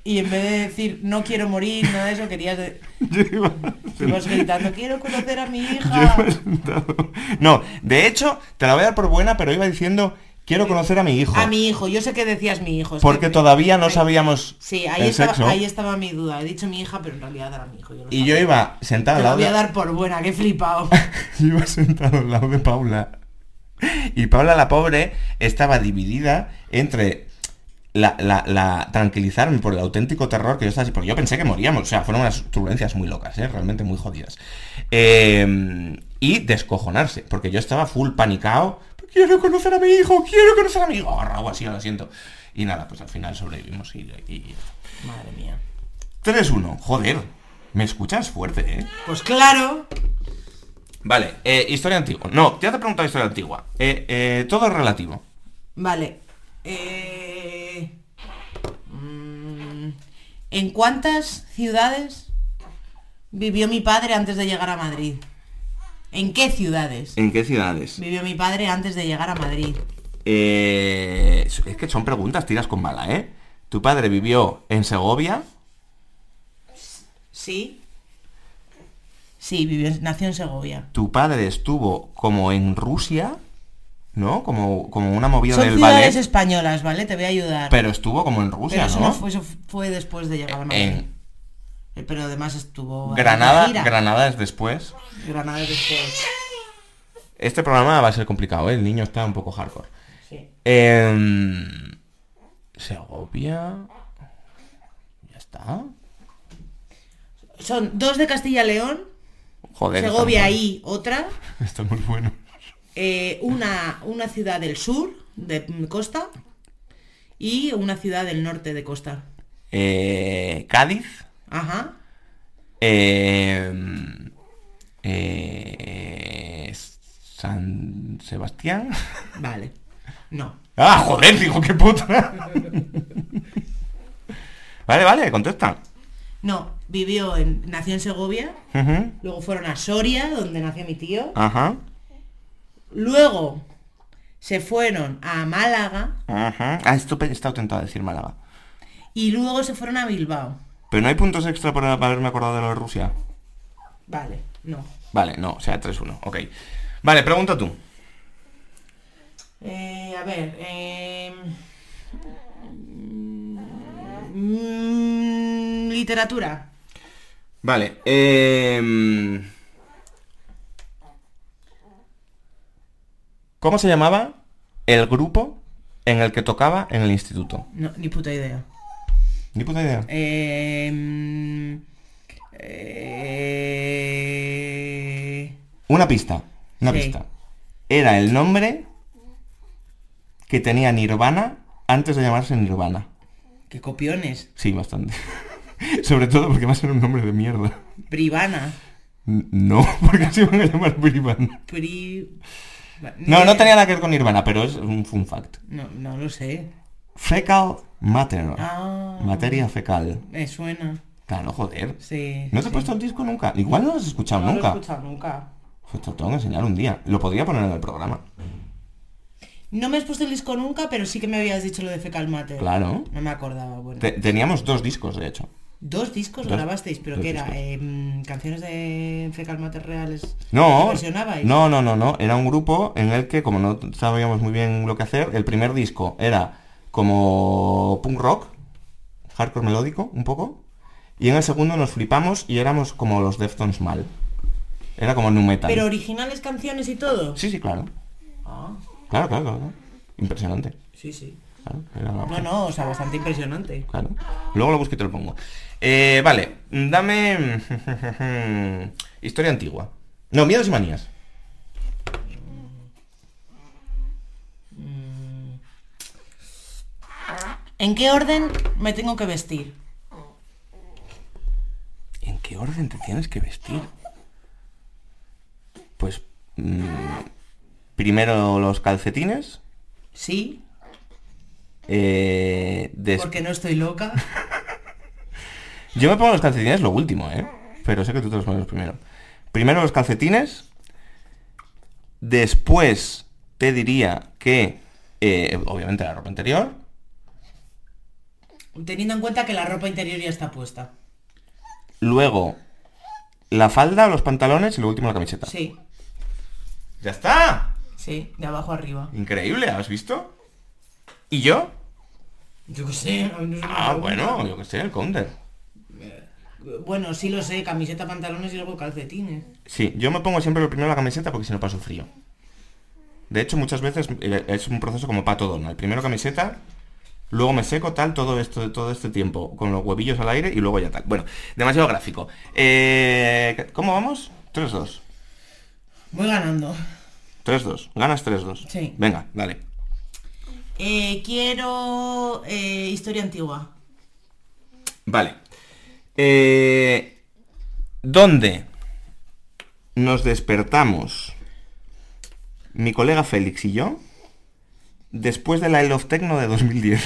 Speaker 1: y en vez de decir no quiero morir, nada de eso, querías de-
Speaker 2: *laughs* Yo iba,
Speaker 1: ibas gritando quiero conocer a mi hija.
Speaker 2: sentado. No, de hecho, te la voy a dar por buena, pero iba diciendo, quiero conocer a mi hijo.
Speaker 1: A mi hijo, yo sé que decías mi hijo. es que-
Speaker 2: Porque todavía no sabíamos
Speaker 1: Sí, ahí
Speaker 2: el
Speaker 1: estaba,
Speaker 2: sexo.
Speaker 1: ahí estaba mi duda. He dicho mi hija, pero en realidad era mi hijo. Yo lo
Speaker 2: Y yo
Speaker 1: sabía.
Speaker 2: iba sentada
Speaker 1: Te
Speaker 2: al
Speaker 1: la
Speaker 2: lado
Speaker 1: voy a
Speaker 2: de...
Speaker 1: dar por buena, qué
Speaker 2: *laughs*
Speaker 1: flipado.
Speaker 2: Yo iba sentado al lado de Paula. Y Paula la pobre estaba dividida entre la, la- la- tranquilizarme por el auténtico terror que yo estaba así, porque yo pensé que moríamos, o sea, fueron unas turbulencias muy locas, ¿eh? realmente muy jodidas. Eh, y descojonarse, porque yo estaba full panicado, quiero conocer a mi hijo, quiero conocer a mi hijo, agarrado así lo siento. Y nada, pues al final sobrevivimos y... y-
Speaker 1: Madre mía.
Speaker 2: 3-1, joder, me escuchas fuerte, ¿eh?
Speaker 1: Pues claro.
Speaker 2: Vale, eh, historia antigua. No, ya te he preguntado historia antigua. Eh, eh, todo es relativo.
Speaker 1: Vale. Eh, mm, ¿En cuántas ciudades vivió mi padre antes de llegar a Madrid? ¿En qué ciudades
Speaker 2: ¿En qué ciudades?
Speaker 1: vivió mi padre antes de llegar a Madrid?
Speaker 2: Eh, es que son preguntas tiras con bala, ¿eh? Tu padre vivió en Segovia,
Speaker 1: Sí. Sí, vivió, en- nació en Segovia.
Speaker 2: tu padre estuvo como en Rusia, ¿no? Como, como una movida
Speaker 1: Son
Speaker 2: del
Speaker 1: ciudades
Speaker 2: ballet,
Speaker 1: españolas, ¿vale? Te voy a ayudar.
Speaker 2: pero estuvo como en Rusia,
Speaker 1: Pero eso
Speaker 2: ¿no?
Speaker 1: no fue, eso fue después de llegar a Madrid.
Speaker 2: En
Speaker 1: Eh, Pero además estuvo... en
Speaker 2: Granada,
Speaker 1: la gira.
Speaker 2: Granada es después.
Speaker 1: Granada después.
Speaker 2: Este programa va a ser complicado, ¿eh? El niño está un poco hardcore.
Speaker 1: Sí.
Speaker 2: Em, Segovia... Ya está.
Speaker 1: Son dos de Castilla y León,
Speaker 2: Joder. está
Speaker 1: Segovia
Speaker 2: muy-
Speaker 1: y otra,
Speaker 2: Está muy bueno.
Speaker 1: eh, una, una ciudad del sur, de mm, costa, y una ciudad del norte de costa.
Speaker 2: Eh, Cádiz.
Speaker 1: Ajá.
Speaker 2: Eh, eh, San Sebastián. *laughs*
Speaker 1: Vale. No.
Speaker 2: ¡Ah, joder, digo, qué puta! *laughs* vale, vale, contesta.
Speaker 1: No, vivió en. nació en Segovia,
Speaker 2: Ujú,
Speaker 1: luego fueron a Soria, donde nació mi tío.
Speaker 2: Ajá,
Speaker 1: Luego se fueron a Málaga
Speaker 2: ajá. Ah, esto he estado tentado a decir Málaga.
Speaker 1: y luego se fueron a Bilbao.
Speaker 2: Pero no hay puntos extra por haberme acordado de lo de Rusia.
Speaker 1: Vale, no.
Speaker 2: Vale, no, o sea, 3-1, ok. Vale, pregunta tú.
Speaker 1: Eh, a ver, eh, mm, literatura.
Speaker 2: Vale, eh... ¿Cómo se llamaba el grupo en el que tocaba en el instituto?
Speaker 1: No, ni puta idea.
Speaker 2: Ni puta idea.
Speaker 1: Eh, mm, eh,
Speaker 2: Una pista, una
Speaker 1: Sí.
Speaker 2: pista. Era el nombre que tenía Nirvana antes de llamarse Nirvana.
Speaker 1: qué copiones.
Speaker 2: Sí, bastante. *laughs* Sobre todo porque va a ser un nombre de mierda.
Speaker 1: Brivana.
Speaker 2: N- No, *laughs* porque se iban a llamar Nirvana.
Speaker 1: Pri...
Speaker 2: No, no tenía nada que ver con Nirvana, pero es un fun fact.
Speaker 1: No, no lo sé.
Speaker 2: Fecal matter.
Speaker 1: Ah,
Speaker 2: Materia fecal.
Speaker 1: me suena.
Speaker 2: Claro, joder.
Speaker 1: Sí.
Speaker 2: No te he
Speaker 1: sí.
Speaker 2: puesto el disco nunca. Igual no lo has escuchado
Speaker 1: No lo he
Speaker 2: nunca.
Speaker 1: escuchado nunca.
Speaker 2: Pues te lo tengo que enseñar un día. Lo podría poner en el programa.
Speaker 1: Eh. No me has puesto el disco nunca, pero sí que me habías dicho lo de Fecal Matter.
Speaker 2: Claro.
Speaker 1: No me acordaba, bueno.
Speaker 2: Te- teníamos dos discos, de hecho.
Speaker 1: Dos discos
Speaker 2: Dos-
Speaker 1: grabasteis, pero
Speaker 2: dos
Speaker 1: ¿qué era?
Speaker 2: discos.
Speaker 1: Em, ¿Canciones de Fecal Matter reales?
Speaker 2: No,
Speaker 1: ¿Versionabais?
Speaker 2: no, no, no, no. Era un grupo en el que, como no sabíamos muy bien lo que hacer, el primer disco era como punk rock, hardcore melódico, un poco. Y en el segundo nos flipamos y éramos como los Deftones mal. Era como nu metal.
Speaker 1: ¿Pero originales canciones y todo?
Speaker 2: Sí, sí, claro.
Speaker 1: Ah,
Speaker 2: Claro, claro, claro. Impresionante.
Speaker 1: sí, sí.
Speaker 2: Claro, era la
Speaker 1: No,
Speaker 2: hostia.
Speaker 1: no, o sea, bastante impresionante.
Speaker 2: Claro. Luego lo busco y te lo pongo. Eh, vale, dame... *laughs* Historia antigua. No, miedos y manías.
Speaker 1: ¿En qué orden me tengo que vestir?
Speaker 2: ¿En qué orden te tienes que vestir? Pues... mm, primero los calcetines.
Speaker 1: Sí,
Speaker 2: eh, des-
Speaker 1: porque no estoy loca.
Speaker 2: Yo me pongo los calcetines lo último, ¿eh? Pero sé que tú te los pones primero. Primero los calcetines. Después te diría que... eh, obviamente la ropa interior.
Speaker 1: Teniendo en cuenta que la ropa interior ya está puesta.
Speaker 2: Luego, la falda, los pantalones y lo último la camiseta.
Speaker 1: Sí,
Speaker 2: ¡Ya está!
Speaker 1: sí, de abajo arriba.
Speaker 2: Increíble, ¿has visto? ¿Y yo?
Speaker 1: Yo qué sé. a mí no se me
Speaker 2: Ah,
Speaker 1: ocurre.
Speaker 2: bueno, yo que sé, el counter.
Speaker 1: Bueno, sí lo sé, camiseta, pantalones y luego calcetines.
Speaker 2: Sí, yo me pongo siempre lo primero la camiseta porque si no paso frío. De hecho, muchas veces eh, es un proceso como pato Donald. Primero camiseta, luego me seco, tal, todo esto, todo este tiempo, con los huevillos al aire y luego ya tal. Bueno, demasiado gráfico. Eh, ¿Cómo vamos? 3-2.
Speaker 1: Voy ganando.
Speaker 2: 3-2. Ganas 3-2.
Speaker 1: Sí.
Speaker 2: Venga, dale.
Speaker 1: Eh, quiero eh, historia antigua.
Speaker 2: Vale. Eh, ¿Dónde nos despertamos mi colega Félix y yo después de la I Love Techno de 2010?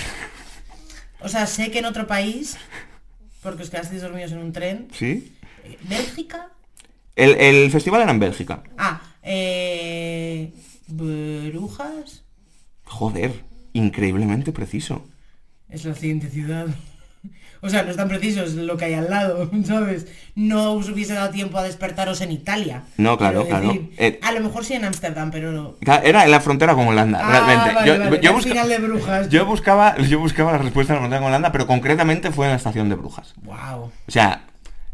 Speaker 1: O sea, sé que en otro país porque os quedasteis dormidos en un tren.
Speaker 2: *laughs* ¿Sí?
Speaker 1: Eh, ¿Bélgica?
Speaker 2: El, el festival era en Bélgica.
Speaker 1: Ah, eh, Brujas
Speaker 2: Joder, increíblemente preciso.
Speaker 1: es la siguiente ciudad. O sea, no es tan preciso, es lo que hay al lado, *laughs* ¿sabes? No os hubiese dado tiempo a despertaros en Italia.
Speaker 2: No, claro,
Speaker 1: quiero
Speaker 2: claro. Eh,
Speaker 1: a lo mejor sí en Ámsterdam, pero no.
Speaker 2: Ca- Era en la frontera con Holanda,
Speaker 1: Ah,
Speaker 2: realmente.
Speaker 1: vale,
Speaker 2: yo,
Speaker 1: vale,
Speaker 2: yo
Speaker 1: el
Speaker 2: busca-
Speaker 1: final de Brujas.
Speaker 2: yo buscaba, yo buscaba la respuesta en la frontera con Holanda, pero concretamente fue en la estación de Brujas.
Speaker 1: Wow.
Speaker 2: O sea,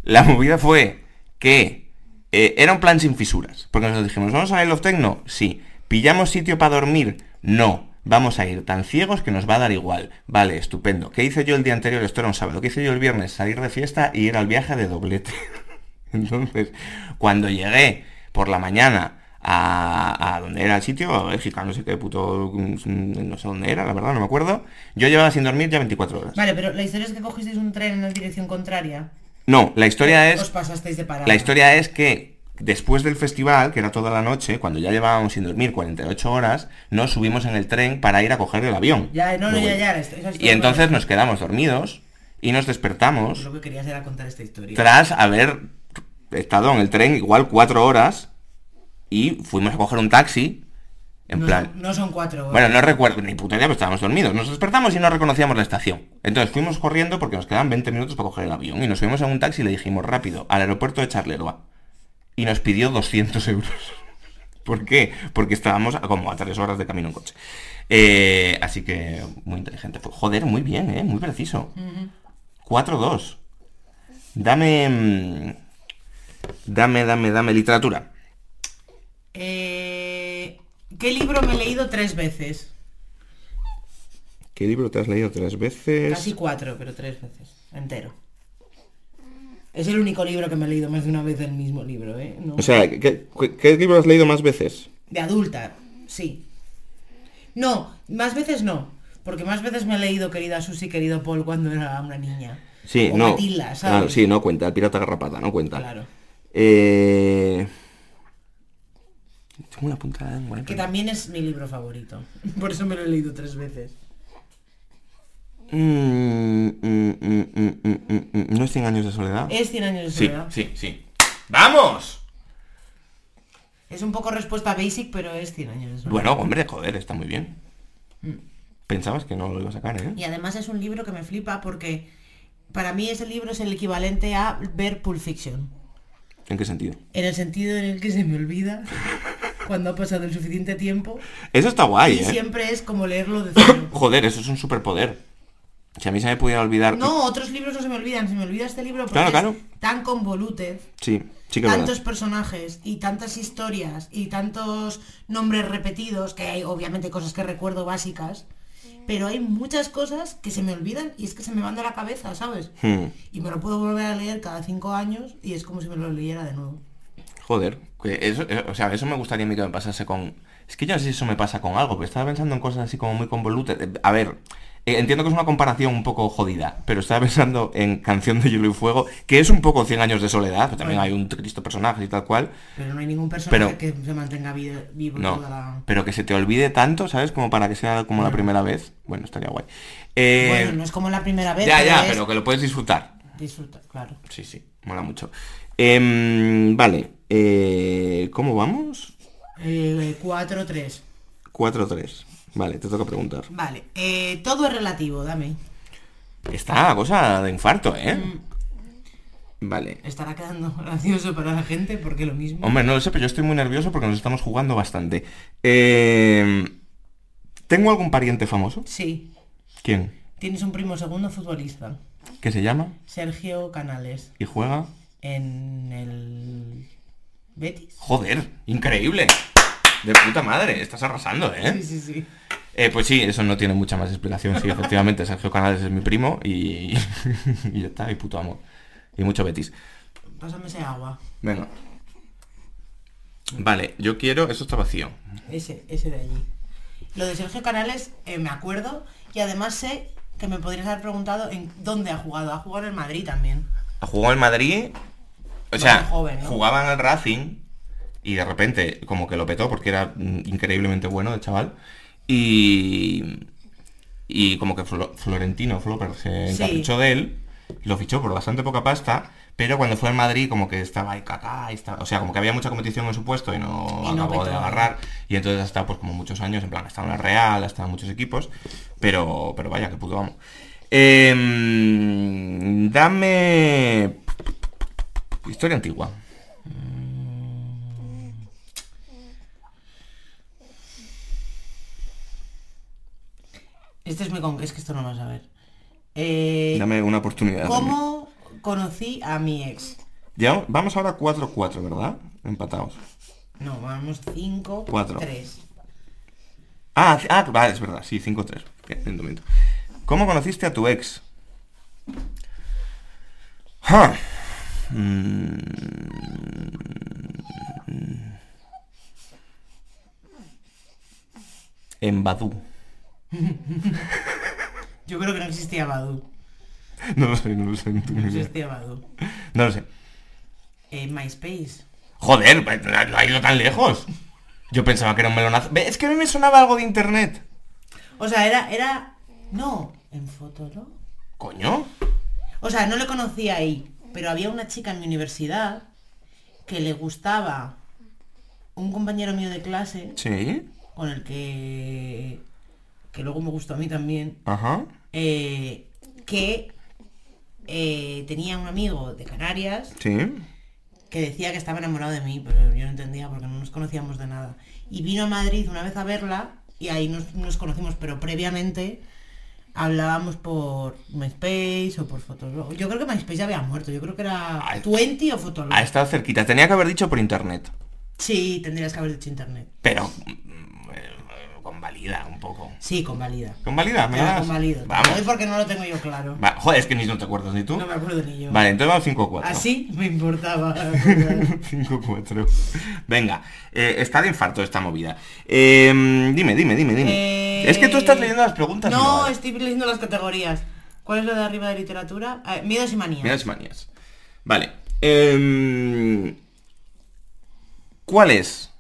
Speaker 2: la movida fue que eh, era un plan sin fisuras. Porque nosotros dijimos, ¿vamos a ir los Tecno? Sí. ¿Pillamos sitio para dormir? No. Vamos a ir tan ciegos que nos va a dar igual. Vale, estupendo. ¿Qué hice yo el día anterior? Esto era un sábado. ¿Qué hice yo el viernes? Salir de fiesta y ir al viaje de doblete. *laughs* Entonces, cuando llegué por la mañana a, a donde era el sitio, a Bélgica, no sé qué puto, mm, no sé dónde era, la verdad, no me acuerdo, yo llevaba sin dormir ya 24 horas.
Speaker 1: Vale, pero la historia es que cogisteis un tren en la dirección contraria.
Speaker 2: No, la historia es
Speaker 1: Os pasasteis de parada.
Speaker 2: La historia es que después del festival, que era toda la noche, cuando ya llevábamos sin dormir 48 horas, nos subimos en el tren para ir a coger el avión.
Speaker 1: Ya, eh, no, no,
Speaker 2: Luego-
Speaker 1: ya, ya. la historia- esa
Speaker 2: Y
Speaker 1: historia-
Speaker 2: entonces nos quedamos dormidos y nos despertamos
Speaker 1: Pues Lo que querías era contar esta historia.
Speaker 2: tras haber estado en el tren igual cuatro horas y fuimos a coger un taxi en
Speaker 1: no,
Speaker 2: plan...
Speaker 1: No son cuatro horas.
Speaker 2: Bueno, no recuerdo, ni puta idea, pero estábamos dormidos. Nos despertamos y no reconocíamos la estación. Entonces fuimos corriendo porque nos quedaban 20 minutos para coger el avión. Y nos subimos a un taxi y le dijimos rápido al aeropuerto de Charleroi. Y nos pidió 200 euros. *laughs* ¿Por qué? Porque estábamos a como a tres horas de camino en coche. Eh, así que muy inteligente. fue. Joder, muy bien, ¿eh? Muy preciso. 4-2. Dame... mm, Dame, dame, dame literatura.
Speaker 1: Eh, ¿Qué libro me he leído tres veces?
Speaker 2: ¿Qué libro te has leído tres veces?
Speaker 1: Casi cuatro, pero tres veces. Entero. Es el único libro que me he leído más de una vez el mismo libro, ¿eh? No.
Speaker 2: O sea, ¿qué, qué- qué libro has leído más veces?
Speaker 1: De adulta, sí. No, más veces no. Porque más veces me he leído Querida Susi, querido Paul cuando era una niña.
Speaker 2: Sí,
Speaker 1: O
Speaker 2: no.
Speaker 1: Matilda,
Speaker 2: Ah,
Speaker 1: ¿sabes?
Speaker 2: sí, no cuenta, el pirata garrapata, no cuenta.
Speaker 1: Claro.
Speaker 2: Eh... Tengo una punta de lengua. ¿eh?
Speaker 1: Que también es mi libro favorito. *laughs* Por eso me lo he leído tres veces.
Speaker 2: Mm, mm, mm, mm, mm, mm, mm. ¿No es 100 años de soledad?
Speaker 1: Es 100 años de
Speaker 2: sí,
Speaker 1: soledad.
Speaker 2: sí, sí. ¡Vamos!
Speaker 1: Es un poco respuesta basic, pero es 100 años de soledad.
Speaker 2: Bueno, hombre, joder, está muy bien.
Speaker 1: Mm.
Speaker 2: Pensabas que no lo iba a sacar, ¿eh?
Speaker 1: Y además es un libro que me flipa porque para mí ese libro es el equivalente a ver Pulp Fiction.
Speaker 2: ¿En qué sentido?
Speaker 1: En el sentido en el que se me olvida cuando ha pasado el suficiente tiempo.
Speaker 2: Eso está
Speaker 1: Y
Speaker 2: guay, ¿eh?
Speaker 1: siempre es como leerlo de cero.
Speaker 2: *coughs* Joder, eso es un superpoder. Si a mí se me pudiera olvidar...
Speaker 1: No, otros libros no se me olvidan. Se me olvida este libro porque
Speaker 2: Claro,
Speaker 1: es
Speaker 2: claro.
Speaker 1: tan convoluted.
Speaker 2: Sí, sí que es verdad.
Speaker 1: Tantos personajes y tantas historias y tantos nombres repetidos, que hay obviamente cosas que recuerdo básicas, pero hay muchas cosas que se me olvidan y es que se me van de la cabeza, ¿sabes?
Speaker 2: Hmm.
Speaker 1: Y me lo puedo volver a leer cada cinco años y es como si me lo leyera de nuevo.
Speaker 2: Joder, que eso, eh, o sea, eso me gustaría a mí que me pasase con... Es que yo no sé si eso me pasa con algo, pero estaba pensando en cosas así como muy convolutas. Eh, A ver, eh, entiendo que es una comparación un poco jodida, pero estaba *laughs* pensando en Canción de Hielo y Fuego, que es un poco 100 años de soledad, pero también hay un Cristo personaje y tal cual,
Speaker 1: Pero no hay ningún personaje
Speaker 2: Pero-
Speaker 1: que se mantenga vi- vivo
Speaker 2: no,
Speaker 1: toda la...
Speaker 2: pero que se te olvide tanto, ¿sabes? Como para que sea como la primera vez. Bueno, estaría guay. Eh,
Speaker 1: bueno, no es como la primera vez.
Speaker 2: ya, ya,
Speaker 1: es-
Speaker 2: pero que lo puedes disfrutar.
Speaker 1: Disfruta, claro.
Speaker 2: Sí, sí, mola mucho. Em, vale, eh, ¿cómo vamos?
Speaker 1: Eh, 4-3.
Speaker 2: 4-3. Vale, te toca preguntar.
Speaker 1: Vale. eh, todo es relativo, dame.
Speaker 2: Está la cosa de infarto, ¿eh? Vale.
Speaker 1: Estará quedando *laughs* gracioso para la gente porque lo mismo.
Speaker 2: Hombre, no lo sé, pero yo estoy muy nervioso porque nos estamos jugando bastante. Eh, ¿Tengo algún pariente famoso?
Speaker 1: Sí.
Speaker 2: ¿Quién?
Speaker 1: Tienes un primo segundo futbolista,
Speaker 2: ¿Qué se llama?
Speaker 1: Sergio Canales,
Speaker 2: ¿Y juega?
Speaker 1: en el Betis.
Speaker 2: Joder, increíble. De puta madre, estás arrasando,
Speaker 1: Sí,
Speaker 2: ¿eh?
Speaker 1: sí, sí.
Speaker 2: Eh, Pues sí, eso no tiene mucha más explicación. Sí, efectivamente, Sergio Canales es mi primo y, *laughs* y ya está, y puto amor. Y mucho Betis.
Speaker 1: Pásame ese agua.
Speaker 2: Venga. Vale, yo quiero... Eso está vacío.
Speaker 1: Ese, ese de allí. Lo de Sergio Canales eh, me acuerdo y además sé que me podrías haber preguntado en dónde ha jugado. Ha jugado en el Madrid también.
Speaker 2: jugó en Madrid, o sea,
Speaker 1: Bueno, joven, ¿no?
Speaker 2: jugaban al Racing y de repente como que lo petó porque era mm, increíblemente bueno el chaval y y como que Flo- Florentino Flopper se
Speaker 1: Sí.
Speaker 2: encaprichó de él lo fichó por bastante poca pasta, pero cuando fue al Madrid como que estaba ahí caca, estaba, o sea, como que había mucha competición en su puesto y no,
Speaker 1: Y no
Speaker 2: acabó de
Speaker 1: petó.
Speaker 2: agarrar. Y entonces hasta pues como muchos años, en plan, ha estado en la Real, ha estado en muchos equipos, pero, pero vaya, que puto vamos. dame... Historia antigua.
Speaker 1: Este es muy con... Es que esto no lo vas a ver. Eh,
Speaker 2: Dame una oportunidad.
Speaker 1: ¿Cómo conocí a mi ex?
Speaker 2: Ya, vamos ahora 4-4, ¿verdad? Empatados.
Speaker 1: No, vamos 5,
Speaker 2: Cuatro.
Speaker 1: 3.
Speaker 2: Ah, c- ah, vale, es verdad, sí, 5-3. Bien, miento, miento. ¿Cómo conociste a tu ex? Ja. Mm. En Badú.
Speaker 1: Yo creo que no existía Badu.
Speaker 2: No lo sé, no lo sé. No, tengo
Speaker 1: No
Speaker 2: ni idea.
Speaker 1: existía Badu.
Speaker 2: No lo sé.
Speaker 1: En MySpace.
Speaker 2: Joder, pues, no no ha ido tan lejos. Yo pensaba que era un melonazo. Ve, Es que a mí me sonaba algo de internet.
Speaker 1: O sea, era, era... No, en foto, ¿no?
Speaker 2: Coño.
Speaker 1: O sea, no le conocí ahí, pero había una chica en mi universidad que le gustaba un compañero mío de clase
Speaker 2: Sí.
Speaker 1: con el que... que luego me gustó a mí también,
Speaker 2: Ajá.
Speaker 1: eh, que eh, tenía un amigo de Canarias
Speaker 2: Sí.
Speaker 1: que decía que estaba enamorado de mí, pero yo no entendía porque no nos conocíamos de nada. Y vino a Madrid una vez a verla y ahí nos, nos conocimos, pero previamente hablábamos por MySpace o por Fotolog. Yo creo que MySpace ya había muerto, yo creo que era
Speaker 2: Ay.
Speaker 1: 20 o Fotolog.
Speaker 2: Ha estado Ah, cerquita. Tenía que haber dicho por internet.
Speaker 1: Sí, tendrías que haber dicho internet.
Speaker 2: Pero mm, eh, convalida un poco.
Speaker 1: Sí, convalida.
Speaker 2: ¿Convalida? ¿Me
Speaker 1: Te la
Speaker 2: das?
Speaker 1: convalido. Hoy
Speaker 2: Vamos.
Speaker 1: porque no lo tengo yo claro.
Speaker 2: Va, joder, es que ni no te acuerdas ni tú.
Speaker 1: No me acuerdo Ah, ni yo.
Speaker 2: Vale, entonces vamos 5-4. *laughs*
Speaker 1: Así me importaba.
Speaker 2: 5-4. Venga, eh, está de infarto esta movida. Eh, dime, dime, dime, dime.
Speaker 1: Eh,
Speaker 2: Es que tú estás leyendo las preguntas. ¿eh?
Speaker 1: No,
Speaker 2: ¿vale?
Speaker 1: estoy leyendo las categorías. ¿Cuál es lo de arriba de literatura? Ah, miedos y manías.
Speaker 2: Mira las manías. Vale. em, ¿Cuál es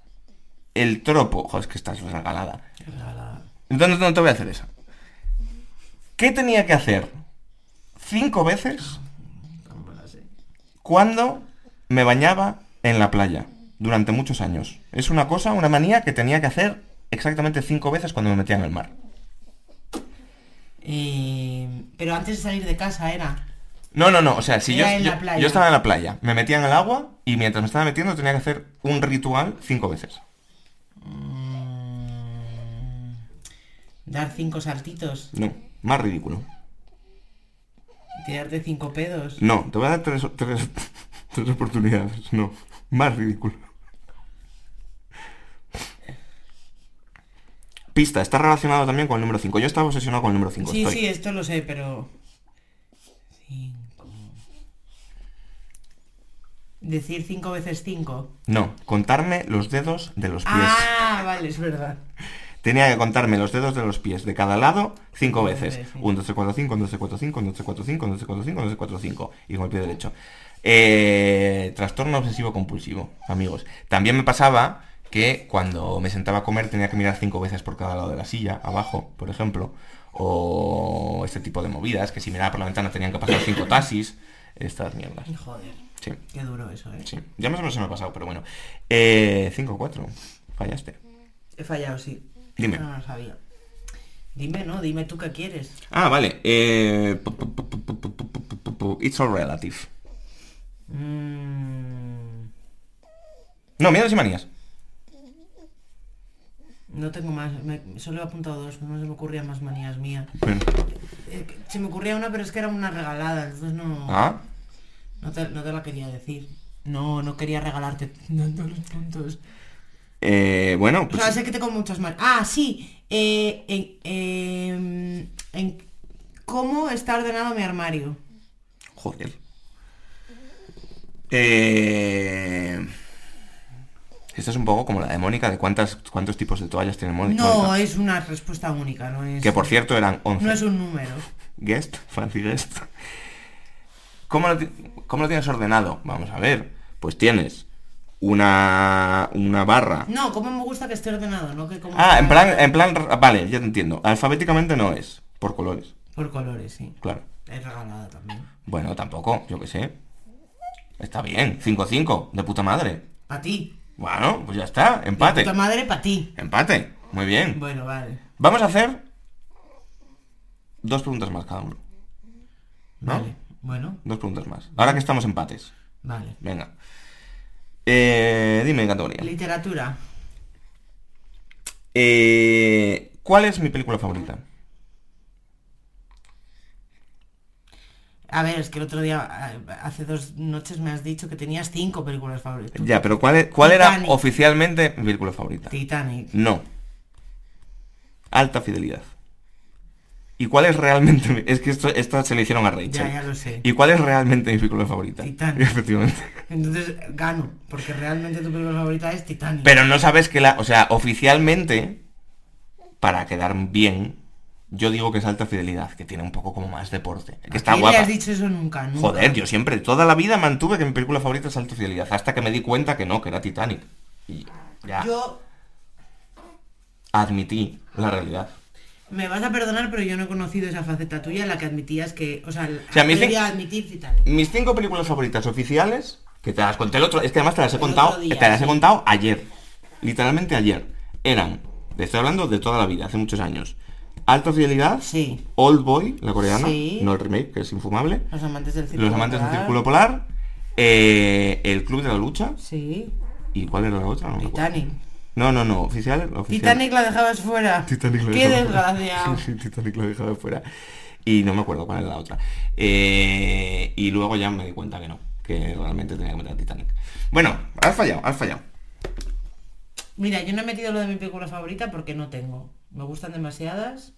Speaker 2: el tropo? Joder, es que estás regalada. Entonces no te voy a hacer esa. ¿Qué tenía que hacer cinco veces
Speaker 1: pues
Speaker 2: cuando me bañaba en la playa durante muchos años? Es una cosa, una manía que tenía que hacer exactamente cinco veces cuando me metía en el mar.
Speaker 1: Eh, pero antes de salir de casa era.
Speaker 2: No, no, no, o sea, si yo,
Speaker 1: Era en
Speaker 2: yo-
Speaker 1: la playa.
Speaker 2: yo estaba en la playa, me metía en el agua y mientras me estaba metiendo tenía que hacer un ritual cinco veces.
Speaker 1: mm, dar cinco saltitos,
Speaker 2: No, más ridículo.
Speaker 1: tirarte cinco pedos.
Speaker 2: No, te voy a dar tres, tres, tres oportunidades. No, más ridículo. Pista, está relacionado también con el número 5. Yo estaba obsesionado con el número 5.
Speaker 1: sí, sí, esto lo sé, pero. Cinco. Decir cinco veces cinco.
Speaker 2: No, contarme los dedos de los pies.
Speaker 1: Ah, vale, es verdad.
Speaker 2: Tenía que contarme los dedos de los pies de cada lado cinco
Speaker 1: Joder,
Speaker 2: veces.
Speaker 1: sí.
Speaker 2: 1, 2, 3, 4, 5, 1, 2, 3, 4, 5, 1, 2, 3, 4, 5, 1, 2, 3, 4, 5, 1, 2, 3, 4, 5. Y con el pie derecho. Eh, trastorno obsesivo compulsivo, amigos. También me pasaba que cuando me sentaba a comer tenía que mirar cinco veces por cada lado de la silla, abajo, por ejemplo. O este tipo de movidas, que si miraba por la ventana tenían que pasar cinco taxis. Estas mierdas.
Speaker 1: Joder,
Speaker 2: Sí,
Speaker 1: qué duro eso, eh.
Speaker 2: sí. Ya más o menos se me ha pasado, pero bueno. Eh, 5, 4. Fallaste.
Speaker 1: He fallado, sí.
Speaker 2: Dime.
Speaker 1: No, no lo sabía. Dime, ¿no? Dime tú qué quieres.
Speaker 2: Ah, vale. eh, pu- pu- pu- pu- pu- pu- pu- pu- pu- pu- It's all relative.
Speaker 1: Mm,
Speaker 2: No, miedos y manías.
Speaker 1: no tengo más. me- solo he apuntado dos. No se me ocurrían más manías mías.
Speaker 2: Bueno.
Speaker 1: Eh, que- Se me ocurría una, pero es que era una regalada, entonces no,
Speaker 2: Ah,
Speaker 1: no, te, no te la quería decir. No, no quería regalarte *laughs* tanto los puntos.
Speaker 2: eh, bueno,
Speaker 1: O
Speaker 2: pues,
Speaker 1: sea, sé que tengo muchas más. Ah, sí. eh, en, em, en cómo está ordenado mi armario.
Speaker 2: joder. Eh, Esta es un poco como la de Mónica, de cuántas, cuántos tipos de toallas tiene Mónica.
Speaker 1: No, es una respuesta única, no es.
Speaker 2: Que por cierto eran 11.
Speaker 1: No es un número.
Speaker 2: Guest, fancy guest. ¿Cómo lo, ti- cómo lo tienes ordenado? Vamos a ver. Pues tienes una, una barra
Speaker 1: No, cómo me gusta que esté ordenado, ¿no? Que cómo
Speaker 2: Ah, en
Speaker 1: está-
Speaker 2: plan, en plan, vale, ya te entiendo. Alfabéticamente no es, por colores,
Speaker 1: Por colores, sí.
Speaker 2: claro.
Speaker 1: Es regalada también.
Speaker 2: Bueno, tampoco, yo qué sé. Está bien, 5-5, de puta madre.
Speaker 1: Para ti.
Speaker 2: Bueno, pues ya está, empate.
Speaker 1: Puta madre, para ti.
Speaker 2: Empate, muy bien.
Speaker 1: Bueno, vale.
Speaker 2: Vamos a hacer dos preguntas más cada uno. ¿No?
Speaker 1: Vale. Bueno,
Speaker 2: Dos preguntas más. Ahora que estamos empates.
Speaker 1: vale.
Speaker 2: Venga. Eh, dime, categoría.
Speaker 1: Literatura.
Speaker 2: Eh, ¿Cuál es mi película favorita?
Speaker 1: A ver, es que el otro día, a- hace dos noches me has dicho que tenías cinco películas favoritas.
Speaker 2: Ya, pero ¿cuál, e- cuál era
Speaker 1: Titanic.
Speaker 2: oficialmente mi película favorita?
Speaker 1: Titanic.
Speaker 2: No. Alta fidelidad. ¿Y cuál es realmente? mi- Es que esto, esta se le hicieron a Rachel.
Speaker 1: Ya, ya lo sé.
Speaker 2: ¿Y cuál es realmente mi película favorita?
Speaker 1: Titanic.
Speaker 2: *laughs* Efectivamente.
Speaker 1: Entonces gano, porque realmente tu película favorita es Titanic.
Speaker 2: Pero no sabes que la... O sea, oficialmente, para quedar bien, yo digo que es alta fidelidad, que tiene un poco como más deporte. Que está
Speaker 1: ¿Quién le
Speaker 2: guapa.
Speaker 1: has dicho eso nunca? nunca?
Speaker 2: Joder, yo siempre, toda la vida mantuve que mi película favorita es alta fidelidad, hasta que me di cuenta que no, que era Titanic. Y ya
Speaker 3: Yo
Speaker 2: admití la realidad.
Speaker 1: Me vas a perdonar, pero yo no he conocido esa faceta tuya, la que admitías que... O sea, la
Speaker 2: sea, a mí
Speaker 1: previa
Speaker 2: dicen-
Speaker 1: a admitir Titanic.
Speaker 2: Mis cinco películas favoritas oficiales, que te las conté el otro, es que además te las he
Speaker 1: El otro
Speaker 2: contado,
Speaker 1: día,
Speaker 2: te las he
Speaker 1: sí.
Speaker 2: contado ayer, literalmente ayer, eran, te estoy hablando de toda la vida, hace muchos años, Alta Fidelidad,
Speaker 1: Sí.
Speaker 2: Old Boy, la coreana,
Speaker 1: Sí.
Speaker 2: no el remake, que es infumable,
Speaker 1: Los amantes del círculo.
Speaker 2: Los amantes del
Speaker 1: polar.
Speaker 2: Círculo Polar, eh, El Club de la Lucha,
Speaker 1: Sí.
Speaker 2: ¿y cuál era la otra? No, me acuerdo.
Speaker 1: Titanic.
Speaker 2: no, no, no, oficial, oficial.
Speaker 1: Titanic la dejabas fuera.
Speaker 2: Titanic lo
Speaker 1: Qué
Speaker 2: dejaba fuera.
Speaker 1: desgraciado.
Speaker 2: *laughs* Sí, Titanic lo dejaba fuera. Y no me acuerdo cuál era la otra. Eh, y luego ya me di cuenta que no, que realmente tenía que meter a Titanic. Bueno, has fallado, has fallado.
Speaker 1: Mira, yo no he metido lo de mi película favorita porque no tengo. Me gustan demasiadas.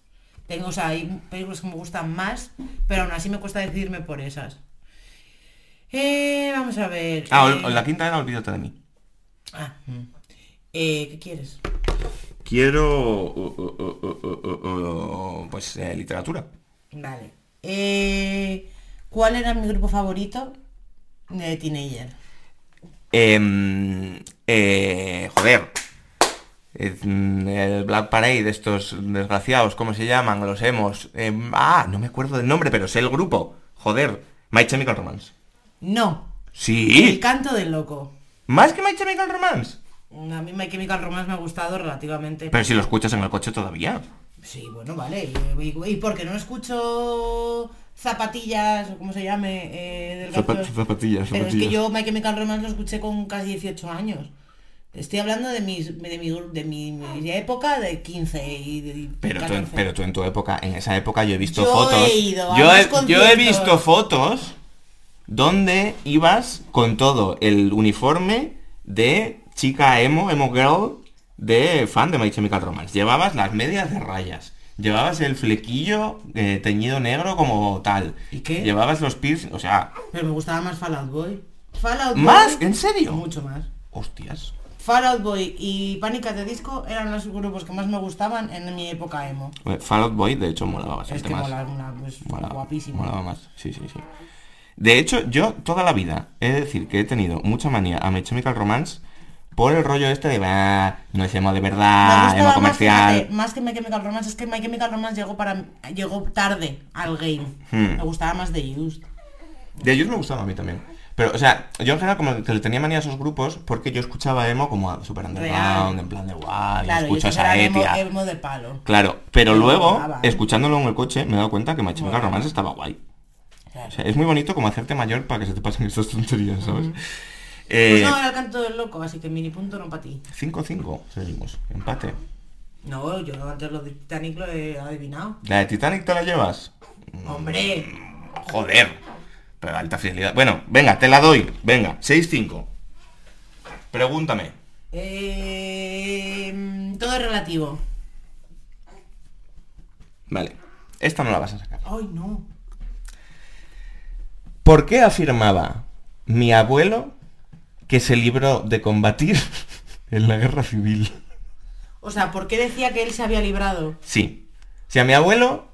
Speaker 1: Tengo, o sea, hay películas que me gustan más, pero aún así me cuesta decidirme por esas. Eh, vamos a ver.
Speaker 2: Ah,
Speaker 1: eh,
Speaker 2: ol- la quinta era Olvídate de mí.
Speaker 1: ah, mm. Eh, ¿Qué quieres?
Speaker 2: Quiero... uh, uh, uh, uh, uh, uh, pues eh, literatura.
Speaker 1: Vale. Eh, ¿Cuál era mi grupo favorito de teenager?
Speaker 2: Em, eh, joder. Eh, mm, El Black Parade, estos desgraciados, ¿cómo se llaman? Los hemos... ah, no me acuerdo del nombre, pero sé el grupo. Joder. My Chemical Romance.
Speaker 1: No. El
Speaker 2: Sí.
Speaker 1: canto del loco.
Speaker 2: Más que My Chemical Romance.
Speaker 1: A mí My Chemical Romance me ha gustado relativamente.
Speaker 2: Pero si lo escuchas en el coche todavía.
Speaker 1: Sí, bueno, vale. Y, y- y porque no escucho zapatillas o como se llame eh, del
Speaker 2: Zapa-
Speaker 1: gato.
Speaker 2: zapatillas,
Speaker 1: Pero es que
Speaker 2: zapatillas.
Speaker 1: yo My Chemical Romance lo escuché con casi 18 años. Estoy hablando de mis de mi, gru- de mi, mi época de 15 y de y
Speaker 2: Pero tú, en,
Speaker 1: 14.
Speaker 2: pero tú en tu época, en esa época yo he visto
Speaker 1: Yo
Speaker 2: fotos.
Speaker 1: he ido a
Speaker 2: yo,
Speaker 1: más
Speaker 2: he, yo he
Speaker 1: conciertos.
Speaker 2: visto fotos donde ibas con todo el uniforme de chica emo, emo girl, de fan de My Chemical Romance. Llevabas las medias de rayas. Llevabas el flequillo eh, teñido negro como tal.
Speaker 1: ¿Y qué?
Speaker 2: Llevabas los piercing, o sea,
Speaker 1: Pero me gustaba más Fallout Boy. Fallout Boy.
Speaker 2: ¿más? ¿En serio?
Speaker 1: Mucho más.
Speaker 2: Hostias.
Speaker 1: Fallout Boy y Pánica de Disco eran los grupos que más me gustaban en mi época emo.
Speaker 2: Eh, Fall Out Boy, de hecho, molaba
Speaker 1: Es
Speaker 2: bastante
Speaker 1: que
Speaker 2: más.
Speaker 1: mola, una, pues,
Speaker 2: Molaba,
Speaker 1: guapísimo.
Speaker 2: molaba más, sí, sí, sí. De hecho, yo toda la vida he de decir que he tenido mucha manía a My Chemical Romance por el rollo este de, "Bah, no es emo de
Speaker 1: Me
Speaker 2: verdad,
Speaker 1: gustaba
Speaker 2: Ah, emo
Speaker 1: más,
Speaker 2: comercial.
Speaker 1: fíjate, más que My Chemical Romance, es que My Chemical Romance llegó, para, llegó tarde al game.
Speaker 2: Hmm.
Speaker 1: Me gustaba más de Used.
Speaker 2: De ellos me gustaba a mí también. Pero, o sea, yo en general como que le tenía manía a esos grupos porque yo escuchaba emo como a super underground,
Speaker 1: Real.
Speaker 2: en plan de, guau, yo
Speaker 1: Claro, y
Speaker 2: escucho a
Speaker 1: estos eran
Speaker 2: esa
Speaker 1: emo,
Speaker 2: etia.
Speaker 1: emo de palo.
Speaker 2: Claro, pero
Speaker 1: Me
Speaker 2: luego,
Speaker 1: molaba, ¿eh?
Speaker 2: escuchándolo en el coche, me he dado cuenta que My Chemical
Speaker 1: Molaba.
Speaker 2: Romance estaba guay.
Speaker 1: Claro.
Speaker 2: O sea, es muy bonito como hacerte mayor para que se te pasen estas tonterías, ¿sabes?
Speaker 1: Pues
Speaker 2: Eh,
Speaker 1: no, era el canto del loco, así que mini punto no para ti.
Speaker 2: 5-5, seguimos. Empate.
Speaker 1: No, yo antes lo de Titanic lo he adivinado.
Speaker 2: ¿La de Titanic te la llevas?
Speaker 1: ¡Hombre!
Speaker 2: Joder. Pero alta fidelidad. Bueno, venga, te la doy. Venga, 6-5. Pregúntame.
Speaker 1: Eh, todo es relativo.
Speaker 2: Vale. Esta no la vas a sacar.
Speaker 1: ¡Ay, no!
Speaker 2: ¿Por qué afirmaba mi abuelo que se libró de combatir *laughs* en la guerra civil?
Speaker 1: O sea, ¿por qué decía que él se había librado?
Speaker 2: Sí. O sea, mi abuelo,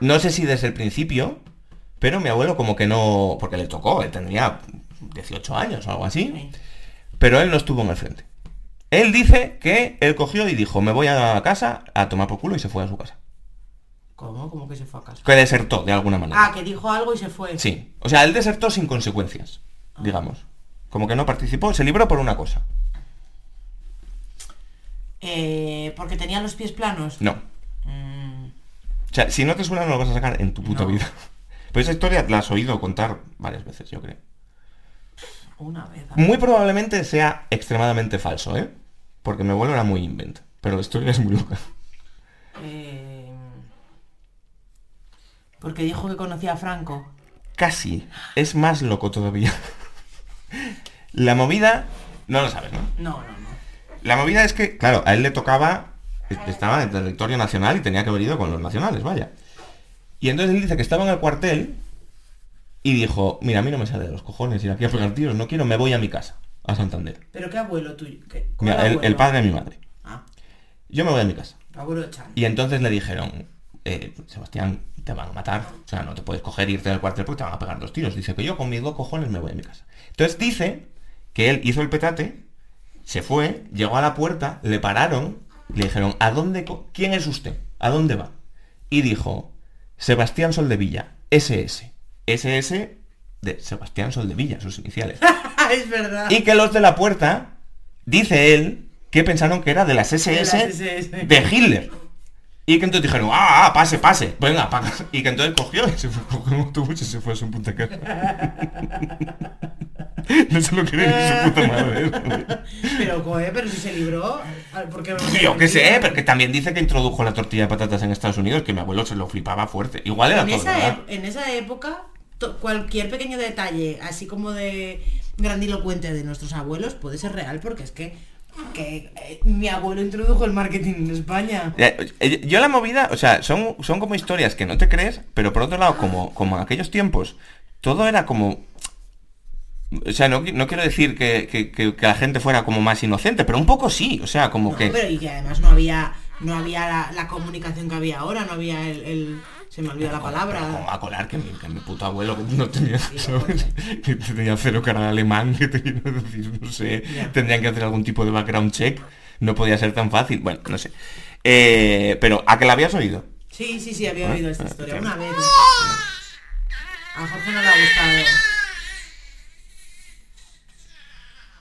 Speaker 2: no sé si desde el principio, pero mi abuelo como que no, porque le tocó, él tendría 18 años o algo así, pero él no estuvo en el frente. Él dice que él cogió y dijo, me voy a casa a tomar por culo y se fue a su casa.
Speaker 1: ¿Cómo? ¿Cómo que se fue a casa?
Speaker 2: Que desertó, de alguna manera.
Speaker 1: Ah, que dijo algo y se fue.
Speaker 2: Sí. O sea, él desertó sin consecuencias, digamos. Como que no participó, se libró por una cosa.
Speaker 1: Eh, porque tenía los pies planos.
Speaker 2: No.
Speaker 1: Mm,
Speaker 2: O sea, si no te suena no lo vas a sacar en tu puta
Speaker 1: No.
Speaker 2: vida. *laughs* Pero esa historia la has oído contar varias veces, yo creo.
Speaker 1: una vez. a-
Speaker 2: Muy probablemente sea extremadamente falso, ¿eh? Porque me vuelve era muy invent. Pero la historia es muy loca.
Speaker 1: Eh, porque dijo que conocía a Franco.
Speaker 2: Casi. Es más loco todavía. *laughs* La movida... No lo sabes, ¿no?
Speaker 1: No, no, no.
Speaker 2: La movida es que, claro, a él le tocaba... Estaba en territorio nacional y tenía que haber ido con los nacionales, vaya. Y entonces él dice que estaba en el cuartel y dijo, mira, a mí no me sale de los cojones ir aquí a pegar tiros, no quiero, me voy a mi casa, a Santander.
Speaker 1: Pero qué abuelo tuyo. ¿Qué- cuál
Speaker 2: Mira, el,
Speaker 1: abuelo?
Speaker 2: el padre de mi madre.
Speaker 1: Ah,
Speaker 2: Yo me voy a mi casa.
Speaker 1: abuelo Chan.
Speaker 2: Y entonces le dijeron, eh, Sebastián, te van a matar. O sea, no te puedes coger e irte del cuartel porque te van a pegar dos tiros. Dice que yo con mis dos cojones me voy a mi casa. Entonces dice que él hizo el petate, se fue, llegó a la puerta, le pararon, le dijeron, ¿a dónde? co- ¿Quién es usted? ¿A dónde va? Y dijo, Sebastián Soldevilla, SS. SS de Sebastián Soldevilla, sus iniciales.
Speaker 1: *laughs* es verdad.
Speaker 2: Y que los de la puerta, dice él, que pensaron que era de las SS de,
Speaker 1: las SS.
Speaker 2: Hitler. Y que entonces dijeron, ah, ah, pase, pase, venga, pa *laughs* casa". Y que entonces cogió y se fue, *laughs* cogió un autobús y se fue a su puta casa. *laughs* no se lo quiere ni su puta
Speaker 1: *laughs*
Speaker 2: madre. ¿eh?
Speaker 1: Pero, coe, pero si se libró. ah, al- Porque
Speaker 2: Yo qué sé, pero que también dice que introdujo la tortilla de patatas en Estados Unidos, que mi abuelo se lo flipaba fuerte. Igual era
Speaker 1: En
Speaker 2: todo,
Speaker 1: esa,
Speaker 2: ¿verdad?
Speaker 1: ep- en esa época, to- cualquier pequeño detalle, así como de grandilocuente de nuestros abuelos, puede ser real porque es que, que eh, mi abuelo introdujo el marketing en España.
Speaker 2: Eh, eh, Yo la movida, o sea, son, son como historias que no te crees, pero por otro lado, como, como en aquellos tiempos, todo era como... O sea, no, qui- no quiero decir que, que- que- que la gente fuera como más inocente, pero un poco sí, o sea, como
Speaker 1: No,
Speaker 2: que...
Speaker 1: pero y que además no había no había la, la comunicación que había ahora, no había el, el- se me olvida la
Speaker 2: Pero ¿cómo
Speaker 1: palabra.
Speaker 2: va a colar que mi, que mi puto abuelo que no tenía, ¿sabes?
Speaker 1: coño.
Speaker 2: Que tenía cero cara de alemán, que tenía, decir, no sé,
Speaker 1: Ya.
Speaker 2: tendrían que hacer algún tipo de background check, no podía ser tan fácil, bueno, no sé. Eh, pero, ¿a que la habías oído?
Speaker 1: Sí, sí, sí, había oído esta
Speaker 2: Ah,
Speaker 1: historia
Speaker 2: sí.
Speaker 1: una vez. A Jorge no le ha gustado.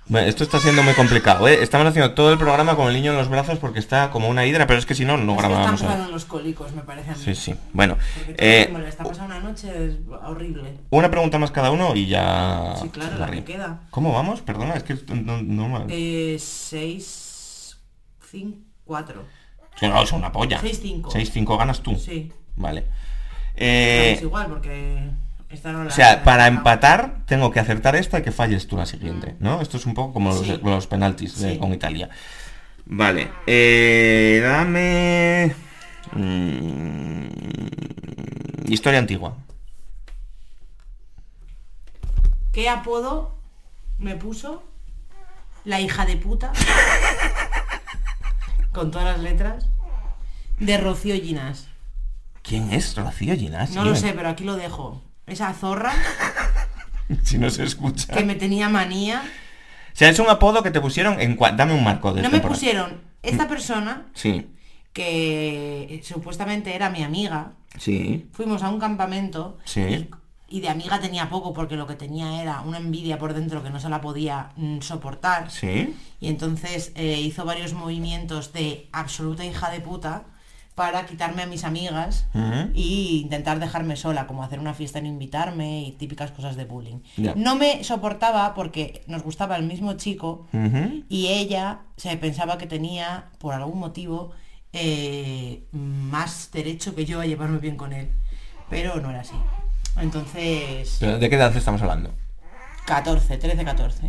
Speaker 2: Bueno, esto está siendo muy complicado, ¿eh? Estamos haciendo todo el programa con el niño en los brazos porque está como una hidra, pero es que si no, no
Speaker 1: Es que están
Speaker 2: grabábamos.
Speaker 1: pasando los cólicos, me parece a mí.
Speaker 2: Sí, sí. Bueno,
Speaker 1: Porque todo
Speaker 2: eh,
Speaker 1: como le está pasando una noche es horrible.
Speaker 2: una pregunta más cada uno y ya...
Speaker 1: Sí, claro,
Speaker 2: ya
Speaker 1: la que
Speaker 2: río.
Speaker 1: queda.
Speaker 2: ¿Cómo vamos? Perdona, es que no... no, no-
Speaker 1: Eh, 6, 5, 4.
Speaker 2: Sí, no, es una polla.
Speaker 1: 6-5.
Speaker 2: 6-5 ganas tú.
Speaker 1: Sí.
Speaker 2: Vale.
Speaker 1: Pero
Speaker 2: Eh,
Speaker 1: es igual porque esta no la
Speaker 2: o sea,
Speaker 1: la-
Speaker 2: para
Speaker 1: la-
Speaker 2: empatar tengo que acertar esta y que falles tú la siguiente, ¿no? Esto es un poco como los,
Speaker 1: Sí.
Speaker 2: los penaltis de-
Speaker 1: Sí.
Speaker 2: con Italia. Vale. eh, dame... mm, historia antigua.
Speaker 1: ¿Qué apodo me puso la hija de puta? con todas las letras. De Rocío Ginás.
Speaker 2: ¿Quién es Rocío Ginás?
Speaker 1: No lo sé, pero aquí lo dejo. Esa zorra
Speaker 2: *laughs* Si no se escucha.
Speaker 1: que me tenía manía.
Speaker 2: O sea, es un apodo que te pusieron en... cua- Dame un marco de
Speaker 1: No me
Speaker 2: temporada.
Speaker 1: pusieron. Esta persona,
Speaker 2: Sí.
Speaker 1: que eh, supuestamente era mi amiga,
Speaker 2: Sí.
Speaker 1: fuimos a un campamento
Speaker 2: Sí.
Speaker 1: y de amiga tenía poco porque lo que tenía era una envidia por dentro que no se la podía mm, soportar.
Speaker 2: Sí.
Speaker 1: Y entonces eh, hizo varios movimientos de absoluta hija de puta para quitarme a mis amigas
Speaker 2: Ujú.
Speaker 1: y intentar dejarme sola, como hacer una fiesta y no invitarme y típicas cosas de bullying.
Speaker 2: Ya.
Speaker 1: No me soportaba porque nos gustaba el mismo chico
Speaker 2: Ujú.
Speaker 1: y ella se pensaba que tenía, por algún motivo, eh, más derecho que yo a llevarme bien con él. Pero no era así. Entonces,
Speaker 2: Pero, ¿De qué edad estamos hablando?
Speaker 1: 14, 13, 14.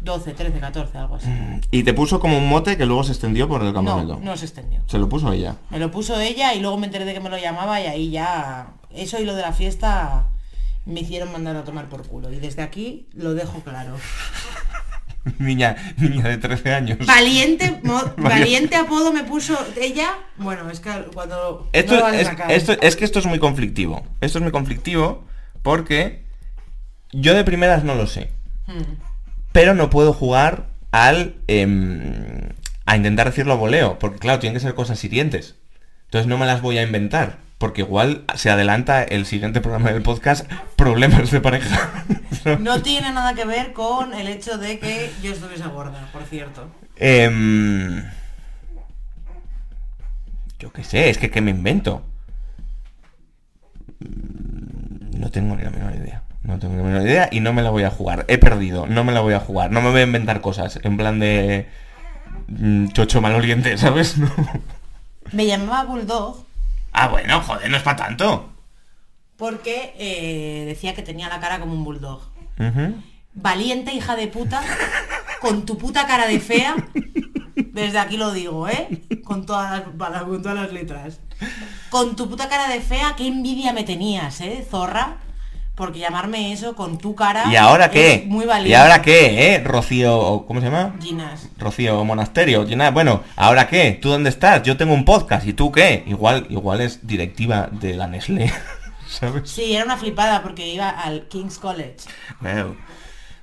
Speaker 1: 12, 13, 14, algo así.
Speaker 2: Y te puso como un mote que luego se extendió por el campamento.
Speaker 1: No, no se extendió.
Speaker 2: Se lo puso ella.
Speaker 1: Me lo puso ella y luego me enteré de que me lo llamaba y ahí ya... Eso y lo de la fiesta me hicieron mandar a tomar por culo. Y desde aquí lo dejo
Speaker 2: *laughs*
Speaker 1: claro.
Speaker 2: niña, niña de 13 años.
Speaker 1: Valiente,
Speaker 2: *laughs*
Speaker 1: mo- valiente apodo me puso ella. Bueno, es que cuando...
Speaker 2: Esto,
Speaker 1: no lo van a
Speaker 2: es,
Speaker 1: sacar.
Speaker 2: esto- es eh. que esto es muy conflictivo. Esto es muy conflictivo porque yo de primeras no lo sé.
Speaker 1: Hmm.
Speaker 2: Pero no puedo jugar al... em, a intentar decirlo a voleo. Porque claro, tienen que ser cosas hirientes. Entonces no me las voy a inventar, porque igual se adelanta el siguiente programa del podcast, problemas de pareja. *laughs*
Speaker 1: No tiene nada que ver con el hecho de que yo estuviese gorda, por cierto.
Speaker 2: Em, yo qué sé, es que ¿qué me invento? Mm, No tengo ni la menor idea. No tengo ni la menor idea y no me la voy a jugar. He perdido, no me la voy a jugar. No me voy a inventar cosas en plan de mm, chocho maloliente, *laughs* ¿sabes? No.
Speaker 1: Me llamaba Bulldog
Speaker 2: Ah, bueno, joder, no es para tanto.
Speaker 1: porque eh, decía que tenía la cara como un bulldog.
Speaker 2: Ujú.
Speaker 1: Valiente hija de puta, con tu puta cara de fea. Desde aquí lo digo, ¿eh? Con todas las, pala- con todas las letras. Con tu puta cara de fea, qué envidia me tenías, ¿eh? Zorra. Porque llamarme eso con tu cara.
Speaker 2: ¿Y ahora qué?
Speaker 1: es Muy valiente.
Speaker 2: ¿Y ahora qué, eh? Rocío, o- ¿cómo se llama?
Speaker 1: Ginas.
Speaker 2: Rocío Monasterio, Gina, bueno, ¿ahora qué? ¿Tú dónde estás? Yo tengo un podcast, ¿y tú qué? Igual, igual es directiva de la Nestlé, *laughs* ¿sabes?
Speaker 1: Sí, era una flipada porque iba al King's College.
Speaker 2: Bueno,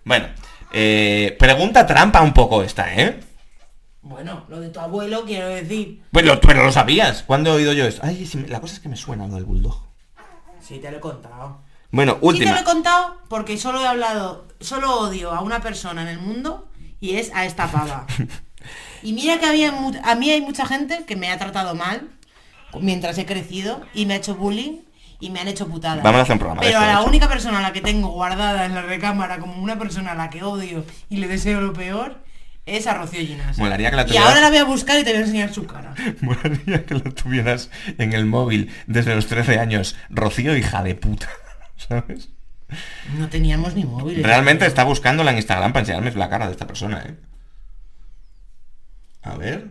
Speaker 2: Bueno, eh, pregunta trampa un poco esta, ¿eh?
Speaker 1: Bueno, lo de tu abuelo quiero decir.
Speaker 2: Pero, pero lo sabías, ¿cuándo he oído yo esto? Ay, sí, me- la cosa es que me suena lo del bulldog.
Speaker 1: Sí, te lo he contado.
Speaker 2: Bueno,
Speaker 1: Sí
Speaker 2: última. *laughs*
Speaker 1: te lo he contado porque solo he hablado, solo odio a una persona en el mundo y es a esta
Speaker 2: *laughs*
Speaker 1: pava. y mira que había mu- a mí hay mucha gente que me ha tratado mal mientras he crecido y me ha hecho bullying y me han hecho putadas.
Speaker 2: Vamos a hacer un programa de
Speaker 1: Pero
Speaker 2: esto,
Speaker 1: a la
Speaker 2: de hecho.
Speaker 1: única persona a la que tengo guardada en la recámara como una persona a la que odio y le deseo lo peor es a Rocío Ginás.
Speaker 2: Molaría que la
Speaker 1: y
Speaker 2: tuvieras-
Speaker 1: ahora la voy a buscar y te voy a enseñar su cara.
Speaker 2: Molaría que la tuvieras en el móvil desde los 13 años. Rocío, hija de puta, *laughs* ¿sabes?
Speaker 1: No teníamos ni móvil.
Speaker 2: Realmente está buscándola en Instagram para enseñarme la cara de esta persona, ¿eh? A ver.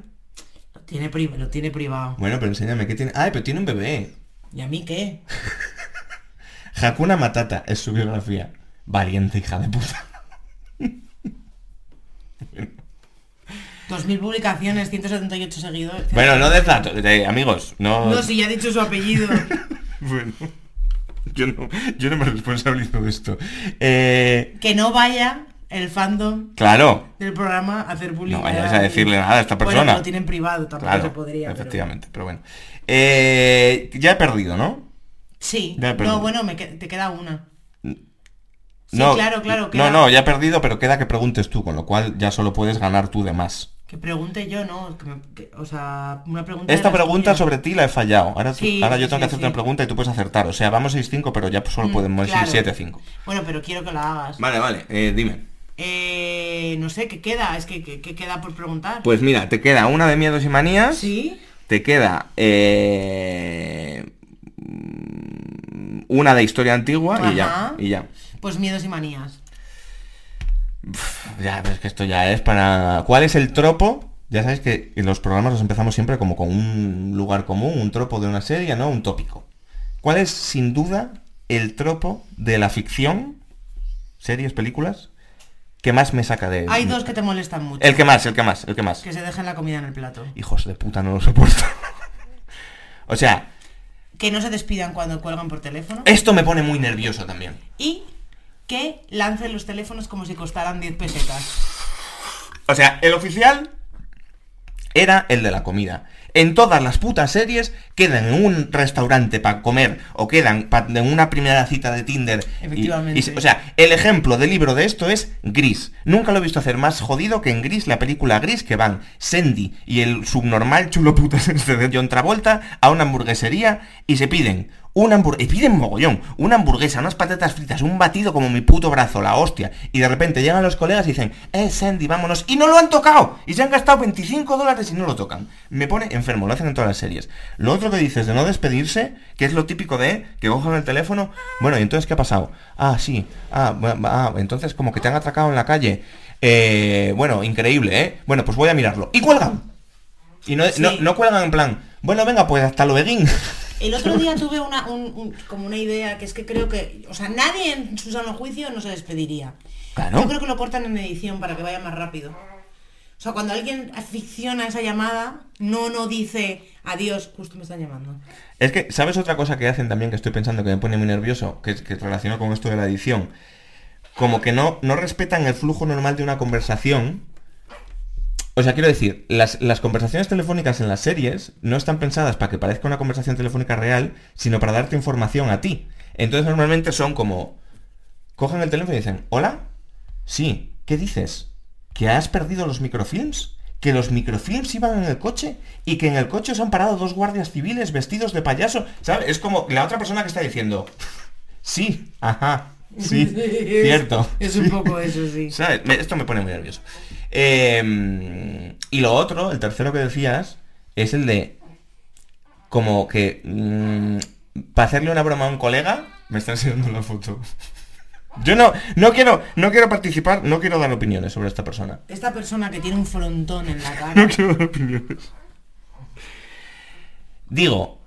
Speaker 1: Lo tiene, pri- lo tiene privado.
Speaker 2: Bueno, pero enséñame qué tiene. Ay, pero tiene un bebé.
Speaker 1: ¿Y a mí qué?
Speaker 2: Hakuna Matata es su biografía. Valiente hija de puta.
Speaker 1: *laughs* 2.000 publicaciones, 178 seguidores.
Speaker 2: Bueno, no des datos, eh, amigos, no.
Speaker 1: No, si ya ha dicho su
Speaker 2: *laughs*
Speaker 1: apellido.
Speaker 2: Bueno, yo no, yo no me responsabilizo de esto. Eh,
Speaker 1: que no vaya el fandom
Speaker 2: claro,
Speaker 1: del programa a hacer bullying.
Speaker 2: No vayáis a decirle nada a esta
Speaker 1: Bueno,
Speaker 2: persona.
Speaker 1: lo tienen privado, tampoco
Speaker 2: claro,
Speaker 1: se podría. pero-
Speaker 2: efectivamente, pero, bueno. Eh, ya he perdido, ¿no?
Speaker 1: Sí.
Speaker 2: Ya, pero-
Speaker 1: No, bueno, me que- te queda una. Sí,
Speaker 2: no,
Speaker 1: claro, claro,
Speaker 2: No,
Speaker 1: queda-
Speaker 2: no, ya he perdido, pero queda que preguntes tú, con lo cual ya solo puedes ganar tú de más.
Speaker 1: Que pregunte yo, ¿no? que me- que- o sea, una pregunta...
Speaker 2: Esta
Speaker 1: de las
Speaker 2: pregunta
Speaker 1: tuyas.
Speaker 2: sobre ti la he fallado. Ahora, tú-
Speaker 1: Sí,
Speaker 2: ahora yo
Speaker 1: sí,
Speaker 2: tengo
Speaker 1: sí,
Speaker 2: que hacerte
Speaker 1: sí.
Speaker 2: una pregunta y tú puedes acertar. O sea, vamos 6-5, pero ya solo
Speaker 1: Mm,
Speaker 2: podemos
Speaker 1: claro.
Speaker 2: decir 7-5.
Speaker 1: Bueno, pero quiero que la hagas.
Speaker 2: Vale, vale, eh, dime.
Speaker 1: Eh, no sé, ¿qué queda? Es que que- que queda por preguntar?
Speaker 2: Pues mira, te queda una de miedos y manías.
Speaker 1: Sí.
Speaker 2: Te queda eh, mm, una de historia antigua y ya.
Speaker 1: Ajá.
Speaker 2: Y ya.
Speaker 1: Pues miedos y manías.
Speaker 2: Ya, pero es que esto ya es para... ¿Cuál es el tropo? Ya sabéis que en los programas los empezamos siempre como con un lugar común, un tropo de una serie, ¿no? Un tópico. ¿Cuál es, sin duda, el tropo de la ficción, series, películas, que más me saca de...
Speaker 1: Hay dos que te molestan mucho.
Speaker 2: Em, El que más, el que más, el que más.
Speaker 1: Que se dejen la comida en el plato.
Speaker 2: Hijos de puta, no lo soporto. *laughs* o sea,
Speaker 1: que no se despidan cuando cuelgan por teléfono
Speaker 2: esto me pone muy nervioso también.
Speaker 1: y que lancen los teléfonos como si costaran 10 pesetas.
Speaker 2: O sea, el oficial era el de la comida. En todas las putas series quedan en un restaurante para comer o quedan pa- en una primera cita de Tinder. y-
Speaker 1: Efectivamente.
Speaker 2: y se- o sea, el ejemplo del libro de esto es Gris. Nunca lo he visto hacer más jodido que en Gris, la película Gris, que van Sandy y el subnormal chulo putas este de John Travolta a una hamburguesería y se piden una hamburguesa, y piden mogollón, una hamburguesa, unas patatas fritas, un batido como mi puto brazo, la hostia. Y de repente llegan los colegas y dicen, eh, Sandy, vámonos. Y no lo han tocado. Y se han gastado 25 dólares y no lo tocan. Me pone enfermo, lo hacen en todas las series. Lo otro que dices de no despedirse, que es lo típico de que cojan el teléfono. Bueno, ¿y entonces qué ha pasado? Ah, sí. Ah, bu- ah, entonces como que te han atracado en la calle. Eh, bueno, increíble, ¿eh? Bueno, pues voy a mirarlo. Y cuelgan. Y no,
Speaker 1: Sí.
Speaker 2: no, no cuelgan en plan, bueno, venga, pues hasta luego. *laughs*
Speaker 1: El otro día tuve una, un- un- como una idea que es que creo que, o sea, nadie en su sano juicio no se despediría.
Speaker 2: Claro.
Speaker 1: Yo creo que lo cortan en edición para que vaya más rápido. O sea, cuando alguien ficciona esa llamada, no no dice adiós, justo me están llamando.
Speaker 2: Es que, ¿sabes otra cosa que hacen también que estoy pensando que me pone muy nervioso? Que, que relaciono con esto de la edición. Como que no, no respetan el flujo normal de una conversación. O sea, quiero decir, las, las conversaciones telefónicas en las series no están pensadas para que parezca una conversación telefónica real, sino para darte información a ti. Entonces normalmente son como, cogen el teléfono y dicen, hola, sí, ¿qué dices? ¿Que has perdido los microfilms? ¿Que los microfilms iban en el coche? ¿Y que en el coche se han parado dos guardias civiles vestidos de payaso? ¿Sabes? Es como la otra persona que está diciendo, sí, ajá, sí,
Speaker 1: *laughs* Es-
Speaker 2: cierto.
Speaker 1: Es
Speaker 2: sí".
Speaker 1: un poco eso, sí.
Speaker 2: ¿Sabes? Me- Esto me pone muy nervioso. Eh, y lo otro, el tercero que decías, es el de como que mm, para hacerle una broma a un colega, me está enseñando la foto. *laughs* Yo no, no quiero, no quiero participar, no quiero dar opiniones sobre esta persona.
Speaker 1: Esta persona que tiene un frontón en
Speaker 2: *laughs*
Speaker 1: la cara.
Speaker 2: No quiero dar opiniones. Digo,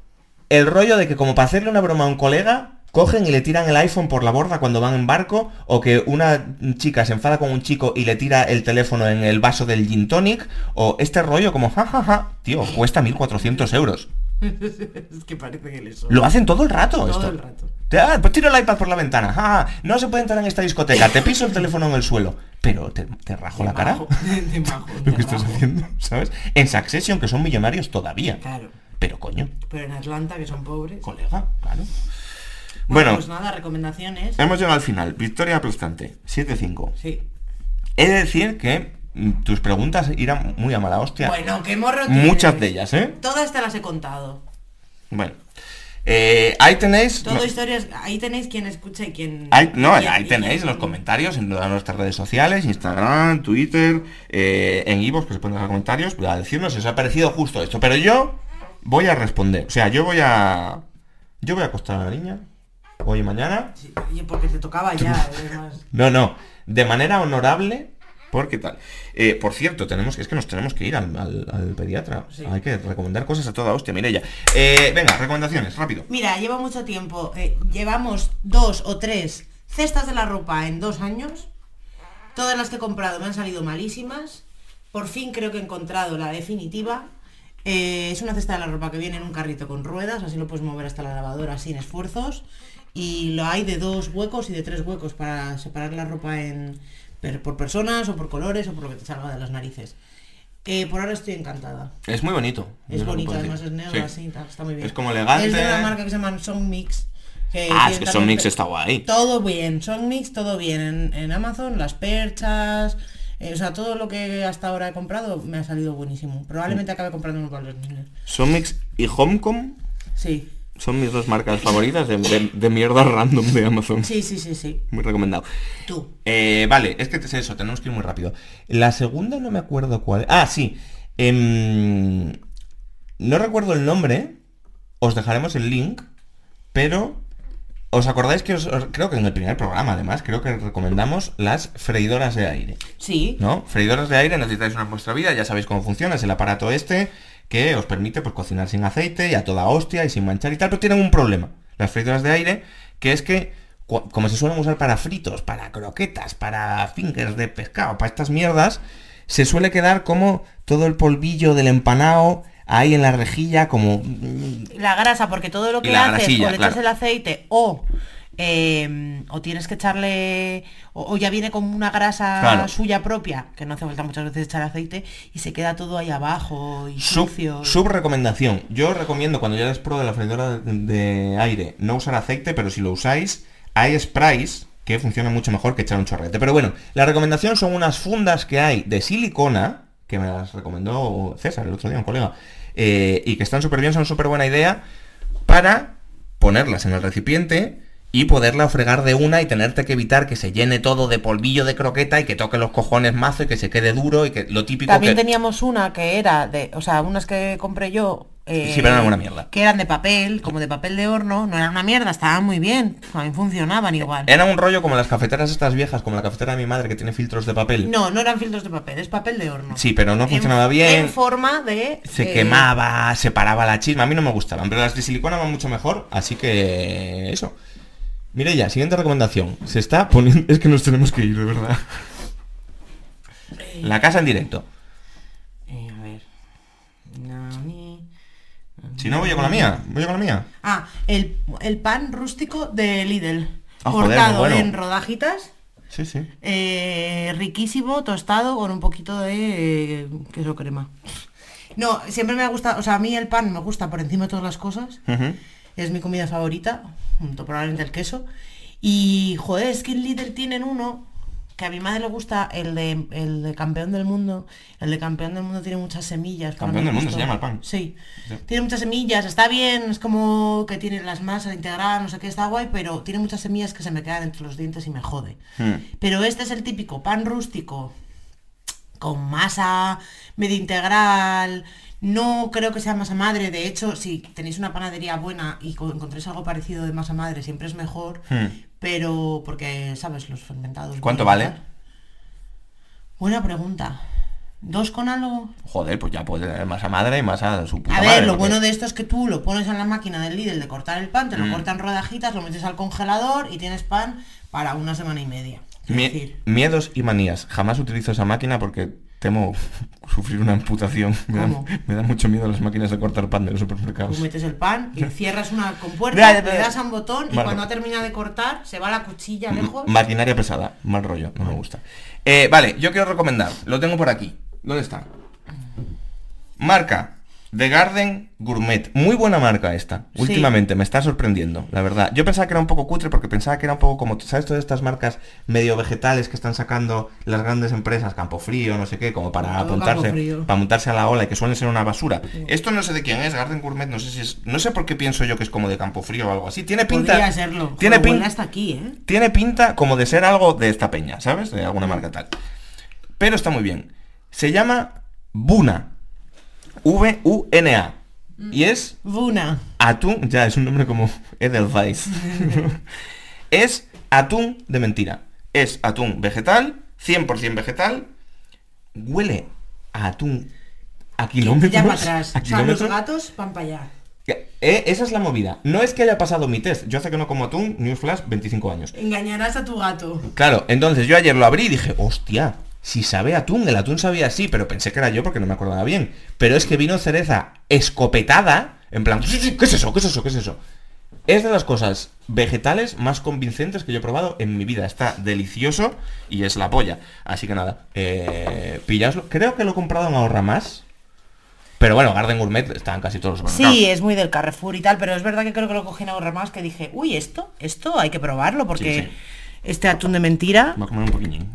Speaker 2: el rollo de que como para hacerle una broma a un colega, cogen y le tiran el iPhone por la borda cuando van en barco, o que una chica se enfada con un chico y le tira el teléfono en el vaso del gin tonic, o este rollo como, jajaja, tío, cuesta 1400 euros.
Speaker 1: *laughs* es que parece que le sobra.
Speaker 2: Lo hacen todo el rato
Speaker 1: Todo
Speaker 2: esto.
Speaker 1: el rato.
Speaker 2: Te- ah, pues tiro el iPad por la ventana. ja, ja, no se puede entrar en esta discoteca. Te piso el teléfono en el suelo. Pero te, te rajo la cara.
Speaker 1: Majo, *laughs* de
Speaker 2: *laughs*
Speaker 1: majo,
Speaker 2: Lo
Speaker 1: de
Speaker 2: que estás
Speaker 1: majo.
Speaker 2: haciendo, *laughs* ¿sabes? En Succession, que son millonarios todavía.
Speaker 1: Claro.
Speaker 2: Pero coño,
Speaker 1: Pero en Atlanta, que son pobres.
Speaker 2: colega, claro. Bueno, ¿Eh?
Speaker 1: Pues nada, recomendaciones.
Speaker 2: hemos llegado al final. Victoria aplastante, 7-5.
Speaker 1: Sí.
Speaker 2: He de decir que mm, tus preguntas irán muy a mala hostia.
Speaker 1: Bueno, qué morro tienes.
Speaker 2: Muchas de ellas, ¿eh?
Speaker 1: Todas te las he contado.
Speaker 2: Bueno. Eh, ahí tenéis...
Speaker 1: Todo
Speaker 2: no-
Speaker 1: historias. Ahí tenéis quien escucha y quien.
Speaker 2: Ahí- no,
Speaker 1: y-
Speaker 2: ahí
Speaker 1: y-
Speaker 2: tenéis los comentarios en todas nuestras redes sociales, Instagram, Twitter, eh, en iVoox, que se pueden dejar comentarios, pues, a decirnos si os ha parecido justo esto. Pero yo voy a responder. O sea, yo voy a... Yo voy a acostar a la niña hoy y mañana.
Speaker 1: Sí, oye, porque te tocaba
Speaker 2: *laughs*
Speaker 1: ya, además.
Speaker 2: No, no. De manera honorable, porque tal. Eh, por cierto, tenemos, es que nos tenemos que ir al, al- al pediatra.
Speaker 1: Sí.
Speaker 2: Hay que recomendar cosas a toda hostia, Mirella. Eh, venga, recomendaciones, rápido.
Speaker 1: Mira, lleva mucho tiempo. eh, llevamos dos o tres cestas de la ropa en dos años. Todas las que he comprado me han salido malísimas. Por fin creo que he encontrado la definitiva. Eh, es una cesta de la ropa que viene en un carrito con ruedas, así lo puedes mover hasta la lavadora sin esfuerzos. Y lo hay de dos huecos y de tres huecos para separar la ropa en, per- por personas o por colores o por lo que te salga de las narices. Eh, por ahora estoy encantada.
Speaker 2: Es muy bonito.
Speaker 1: Es
Speaker 2: Yo lo que
Speaker 1: bonito,
Speaker 2: puedo
Speaker 1: además es
Speaker 2: decir.
Speaker 1: negro,
Speaker 2: Sí.
Speaker 1: así, tal, está muy bien.
Speaker 2: Es como elegante.
Speaker 1: Es de una marca que se llama Song Mix. que
Speaker 2: Ah,
Speaker 1: tiene
Speaker 2: es que
Speaker 1: también
Speaker 2: Son Mix
Speaker 1: pe-
Speaker 2: está guay.
Speaker 1: Todo bien, Song Mix, todo bien. En, en Amazon, las perchas, eh, o sea, todo lo que hasta ahora he comprado me ha salido buenísimo. Probablemente
Speaker 2: Mm.
Speaker 1: acabe comprando uno para los niños.
Speaker 2: Somix y Homecom
Speaker 1: Sí,
Speaker 2: son mis dos marcas favoritas de, de- de mierda random de Amazon.
Speaker 1: sí, sí, sí, sí.
Speaker 2: Muy recomendado.
Speaker 1: Tú.
Speaker 2: Eh, vale, es que es eso, tenemos que ir muy rápido. La segunda no me acuerdo cuál. Ah, sí. Em, no recuerdo el nombre. Os dejaremos el link. Pero... ¿Os acordáis que os- os- creo que en el primer programa además, creo que recomendamos las freidoras de aire?
Speaker 1: Sí.
Speaker 2: ¿no? Freidoras de aire, necesitáis una en vuestra vida, ya sabéis cómo funciona, es el aparato este que os permite pues, cocinar sin aceite y a toda hostia y sin manchar y tal, pero tienen un problema, las freidoras de aire, que es que cu- como se suelen usar para fritos, para croquetas, para fingers de pescado, para estas mierdas, se suele quedar como todo el polvillo del empanado ahí en la rejilla, como... mm,
Speaker 1: La grasa, porque todo lo
Speaker 2: Y
Speaker 1: que
Speaker 2: la
Speaker 1: haces,
Speaker 2: grasilla,
Speaker 1: o le echas
Speaker 2: claro.
Speaker 1: el aceite, o, eh, o tienes que echarle, o, o ya viene con una grasa
Speaker 2: Claro.
Speaker 1: suya propia, que no hace falta muchas veces echar aceite, y se queda todo ahí abajo, y
Speaker 2: Sub,
Speaker 1: sucio. y-
Speaker 2: sub recomendación. Yo os recomiendo cuando ya les pruebe la freidora de, de aire no usar aceite, pero si lo usáis, hay sprays que funcionan mucho mejor que echar un chorrete. Pero bueno, la recomendación son unas fundas que hay de silicona, que me las recomendó César el otro día, un colega, eh, y que están súper bien, son súper buena idea para ponerlas en el recipiente y poderla fregar de una y tenerte que evitar que se llene todo de polvillo de croqueta y que toque los cojones mazo y que se quede duro y que lo típico
Speaker 1: También
Speaker 2: que...
Speaker 1: teníamos una que era de, o sea, unas que compré yo. eh,
Speaker 2: Sí, pero eran una mierda.
Speaker 1: Que eran de papel, como de papel de horno, no eran una mierda, estaban muy bien, también funcionaban igual.
Speaker 2: Era un rollo como las cafeteras estas viejas, como la cafetera de mi madre que tiene filtros de papel.
Speaker 1: No, no eran filtros de papel, es papel de horno.
Speaker 2: Sí, pero no
Speaker 1: En-
Speaker 2: funcionaba bien.
Speaker 1: En forma de...
Speaker 2: Se
Speaker 1: eh,
Speaker 2: quemaba, se paraba la chisma. A mí no me gustaban, pero las de silicona van mucho mejor, así que eso. Mirella, siguiente recomendación. Se está poniendo... Es que nos tenemos que ir, de verdad. La casa en directo.
Speaker 1: eh, a ver. Nani.
Speaker 2: Si no, voy yo con la mía. Voy yo con la mía.
Speaker 1: Ah, el, el pan rústico de Lidl.
Speaker 2: Ah, joder,
Speaker 1: cortado
Speaker 2: muy bueno.
Speaker 1: en rodajitas.
Speaker 2: Sí, sí.
Speaker 1: Eh, riquísimo, tostado con un poquito de eh, queso crema. No, siempre me ha gustado, o sea, a mí el pan me gusta por encima de todas las cosas.
Speaker 2: Ujú.
Speaker 1: Es mi comida favorita, junto probablemente al queso. Y, joder, es que en Lidl tienen uno que a mi madre le gusta, el de, el de campeón del mundo. El de campeón del mundo tiene muchas semillas. para
Speaker 2: Campeón
Speaker 1: mi
Speaker 2: del mundo
Speaker 1: gusto.
Speaker 2: se llama el pan.
Speaker 1: Sí.
Speaker 2: Sí.
Speaker 1: Tiene muchas semillas, está bien, es como que tiene las masas integradas, no sé qué, está guay, pero tiene muchas semillas que se me quedan entre los dientes y me jode.
Speaker 2: Hmm.
Speaker 1: Pero este es el típico pan rústico con masa medio integral. No creo que sea masa madre. De hecho, si tenéis una panadería buena y co- encontréis algo parecido de masa madre, siempre es mejor.
Speaker 2: Hmm.
Speaker 1: Pero porque, ¿sabes? Los fermentados.
Speaker 2: ¿Cuánto
Speaker 1: buenos,
Speaker 2: vale?
Speaker 1: tal. Buena pregunta. ¿Dos con algo?
Speaker 2: Joder, pues ya puede tener masa madre y masa su puta
Speaker 1: A ver,
Speaker 2: madre,
Speaker 1: lo
Speaker 2: porque-
Speaker 1: bueno de esto es que tú lo pones en la máquina del Lidl de cortar el pan, te
Speaker 2: Hmm.
Speaker 1: lo cortan rodajitas, lo metes al congelador y tienes pan para una semana y media. Es
Speaker 2: Mie-
Speaker 1: decir,
Speaker 2: Miedos y manías. Jamás utilizo esa máquina porque temo *laughs* sufrir una amputación. Me da,
Speaker 1: ¿Cómo?
Speaker 2: me da mucho miedo las máquinas de cortar pan de los supermercados.
Speaker 1: Tú Pues metes el pan y cierras una
Speaker 2: Ya,
Speaker 1: compuerta,
Speaker 2: ya,
Speaker 1: le
Speaker 2: ya.
Speaker 1: das a un botón y
Speaker 2: Vale.
Speaker 1: cuando ha terminado de cortar se va la cuchilla lejos.
Speaker 2: Maquinaria pesada, mal rollo, no me gusta. Eh, vale, yo quiero recomendar, lo tengo por aquí. ¿Dónde está? Marca The Garden Gourmet. Muy buena marca esta,
Speaker 1: Sí.
Speaker 2: últimamente, me está sorprendiendo, la verdad. Yo pensaba que era un poco cutre porque pensaba que era un poco como, ¿sabes? Todas estas marcas medio vegetales que están sacando las grandes empresas, Campofrío, no sé qué, como para
Speaker 1: Todo
Speaker 2: apuntarse,
Speaker 1: Campofrío.
Speaker 2: para montarse a la ola y que suelen ser una basura. Esto no sé de quién es, Garden Gourmet, no sé si es, no sé por qué pienso yo que es como de Campofrío o algo así. Tiene pinta...
Speaker 1: Podría serlo.
Speaker 2: Tiene
Speaker 1: Joder,
Speaker 2: pinta...
Speaker 1: huele hasta aquí, ¿eh?
Speaker 2: Tiene pinta como de ser algo de esta peña, ¿sabes? De alguna marca tal. Pero está muy bien. Se llama Buna. V-U-N-A.
Speaker 1: Mm.
Speaker 2: Y es
Speaker 1: Buna.
Speaker 2: atún... Ya, es un nombre como *laughs*
Speaker 1: *laughs*
Speaker 2: Edelweiss. es atún de mentira. Es atún vegetal, 100% vegetal. Huele a atún a kilómetros.
Speaker 1: Ya para atrás.
Speaker 2: a
Speaker 1: O sea, los
Speaker 2: kilómetros.
Speaker 1: gatos van para allá.
Speaker 2: Eh, esa es la movida. No es que haya pasado mi test. Yo hace que no como atún, Newsflash, 25 años.
Speaker 1: Engañarás a tu gato.
Speaker 2: Claro, entonces yo ayer lo abrí y dije, hostia, si sabe a atún, el atún sabía así, pero pensé que era yo porque no me acordaba bien. Pero es que vino cereza escopetada, en plan, ¿qué es eso? ¿Qué es eso? ¿Qué es eso? Es de las cosas vegetales más convincentes que yo he probado en mi vida. Está delicioso y es la polla. Así que nada, eh, pillaoslo. Creo que lo he comprado en Ahorra Más. Pero bueno, Garden Gourmet están casi todos los
Speaker 1: Sí, eh. es muy del Carrefour y tal, pero es verdad que creo que lo cogí en ahorrar más que dije, uy, esto, esto hay que probarlo porque
Speaker 2: Sí, sí.
Speaker 1: este atún de mentira.
Speaker 2: Voy a comer un poquillín.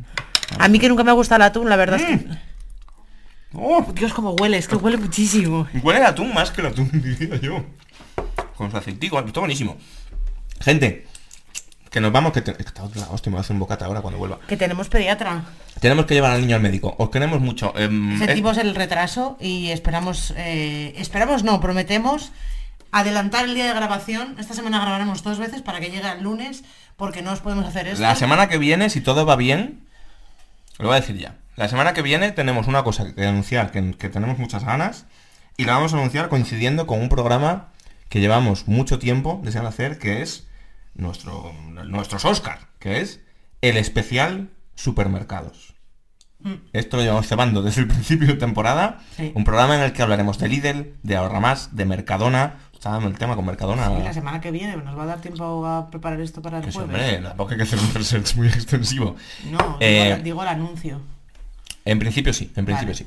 Speaker 1: A mí que nunca me ha gustado el atún, la verdad
Speaker 2: Mm.
Speaker 1: es que.
Speaker 2: ¡Oh!
Speaker 1: Dios, cómo huele, es que huele muchísimo.
Speaker 2: Huele el atún más que el atún, *laughs* diría yo. Con su aceitico, está buenísimo. Gente, que nos vamos, que, te- que está otra hostia, me va a hacer un bocata ahora cuando vuelva.
Speaker 1: Que tenemos pediatra.
Speaker 2: Tenemos que llevar al niño al médico. Os queremos mucho. em, eh,
Speaker 1: Sentimos el retraso y esperamos, eh, esperamos no, prometemos adelantar el día de grabación. Esta semana grabaremos dos veces para que llegue el lunes, porque no os podemos hacer esto.
Speaker 2: la semana que viene, si todo va bien, lo voy a decir ya. La semana que viene tenemos una cosa que anunciar, que, que tenemos muchas ganas, y la vamos a anunciar coincidiendo con un programa que llevamos mucho tiempo deseando hacer, que es nuestro, nuestros Oscar, que es el especial supermercados. Esto lo llevamos cebando desde el principio de temporada.
Speaker 1: Mm. Sí.
Speaker 2: Un programa en el que hablaremos de Lidl, de Ahorra Más, de Mercadona. Estaba el tema con Mercadona.
Speaker 1: Y la semana que viene nos va a dar tiempo a preparar esto para el
Speaker 2: Que sí,
Speaker 1: jueves.
Speaker 2: hombre, tampoco hay que hacer un research muy *laughs* extensivo.
Speaker 1: No,
Speaker 2: Eh,
Speaker 1: digo, digo el anuncio.
Speaker 2: En principio sí, en principio
Speaker 1: Vale.
Speaker 2: sí.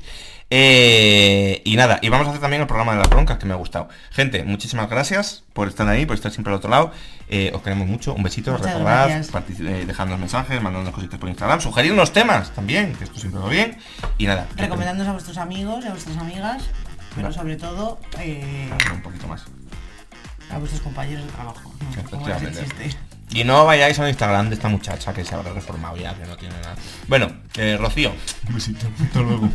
Speaker 2: Eh, y nada, y vamos a hacer también el programa de las broncas que me ha gustado. Gente, muchísimas gracias por estar ahí, por estar siempre al otro lado. Eh, os queremos mucho, un besito,
Speaker 1: Muchas
Speaker 2: recordad,
Speaker 1: gracias.
Speaker 2: partici- eh, dejadnos mensajes, mandadnos cositas por Instagram, sugerirnos temas también, que esto siempre va bien. Y nada,
Speaker 1: Recomendándonos a vuestros amigos y a vuestras amigas, pero
Speaker 2: Vale.
Speaker 1: sobre todo eh,
Speaker 2: recomendad un poquito más.
Speaker 1: a vuestros compañeros de trabajo. No,
Speaker 2: Sí,
Speaker 1: Como ese
Speaker 2: efectivamente.
Speaker 1: chiste.
Speaker 2: Y no vayáis al Instagram de esta muchacha que se habrá reformado ya, que no tiene nada. Bueno, eh, Rocío. Un besito, hasta luego.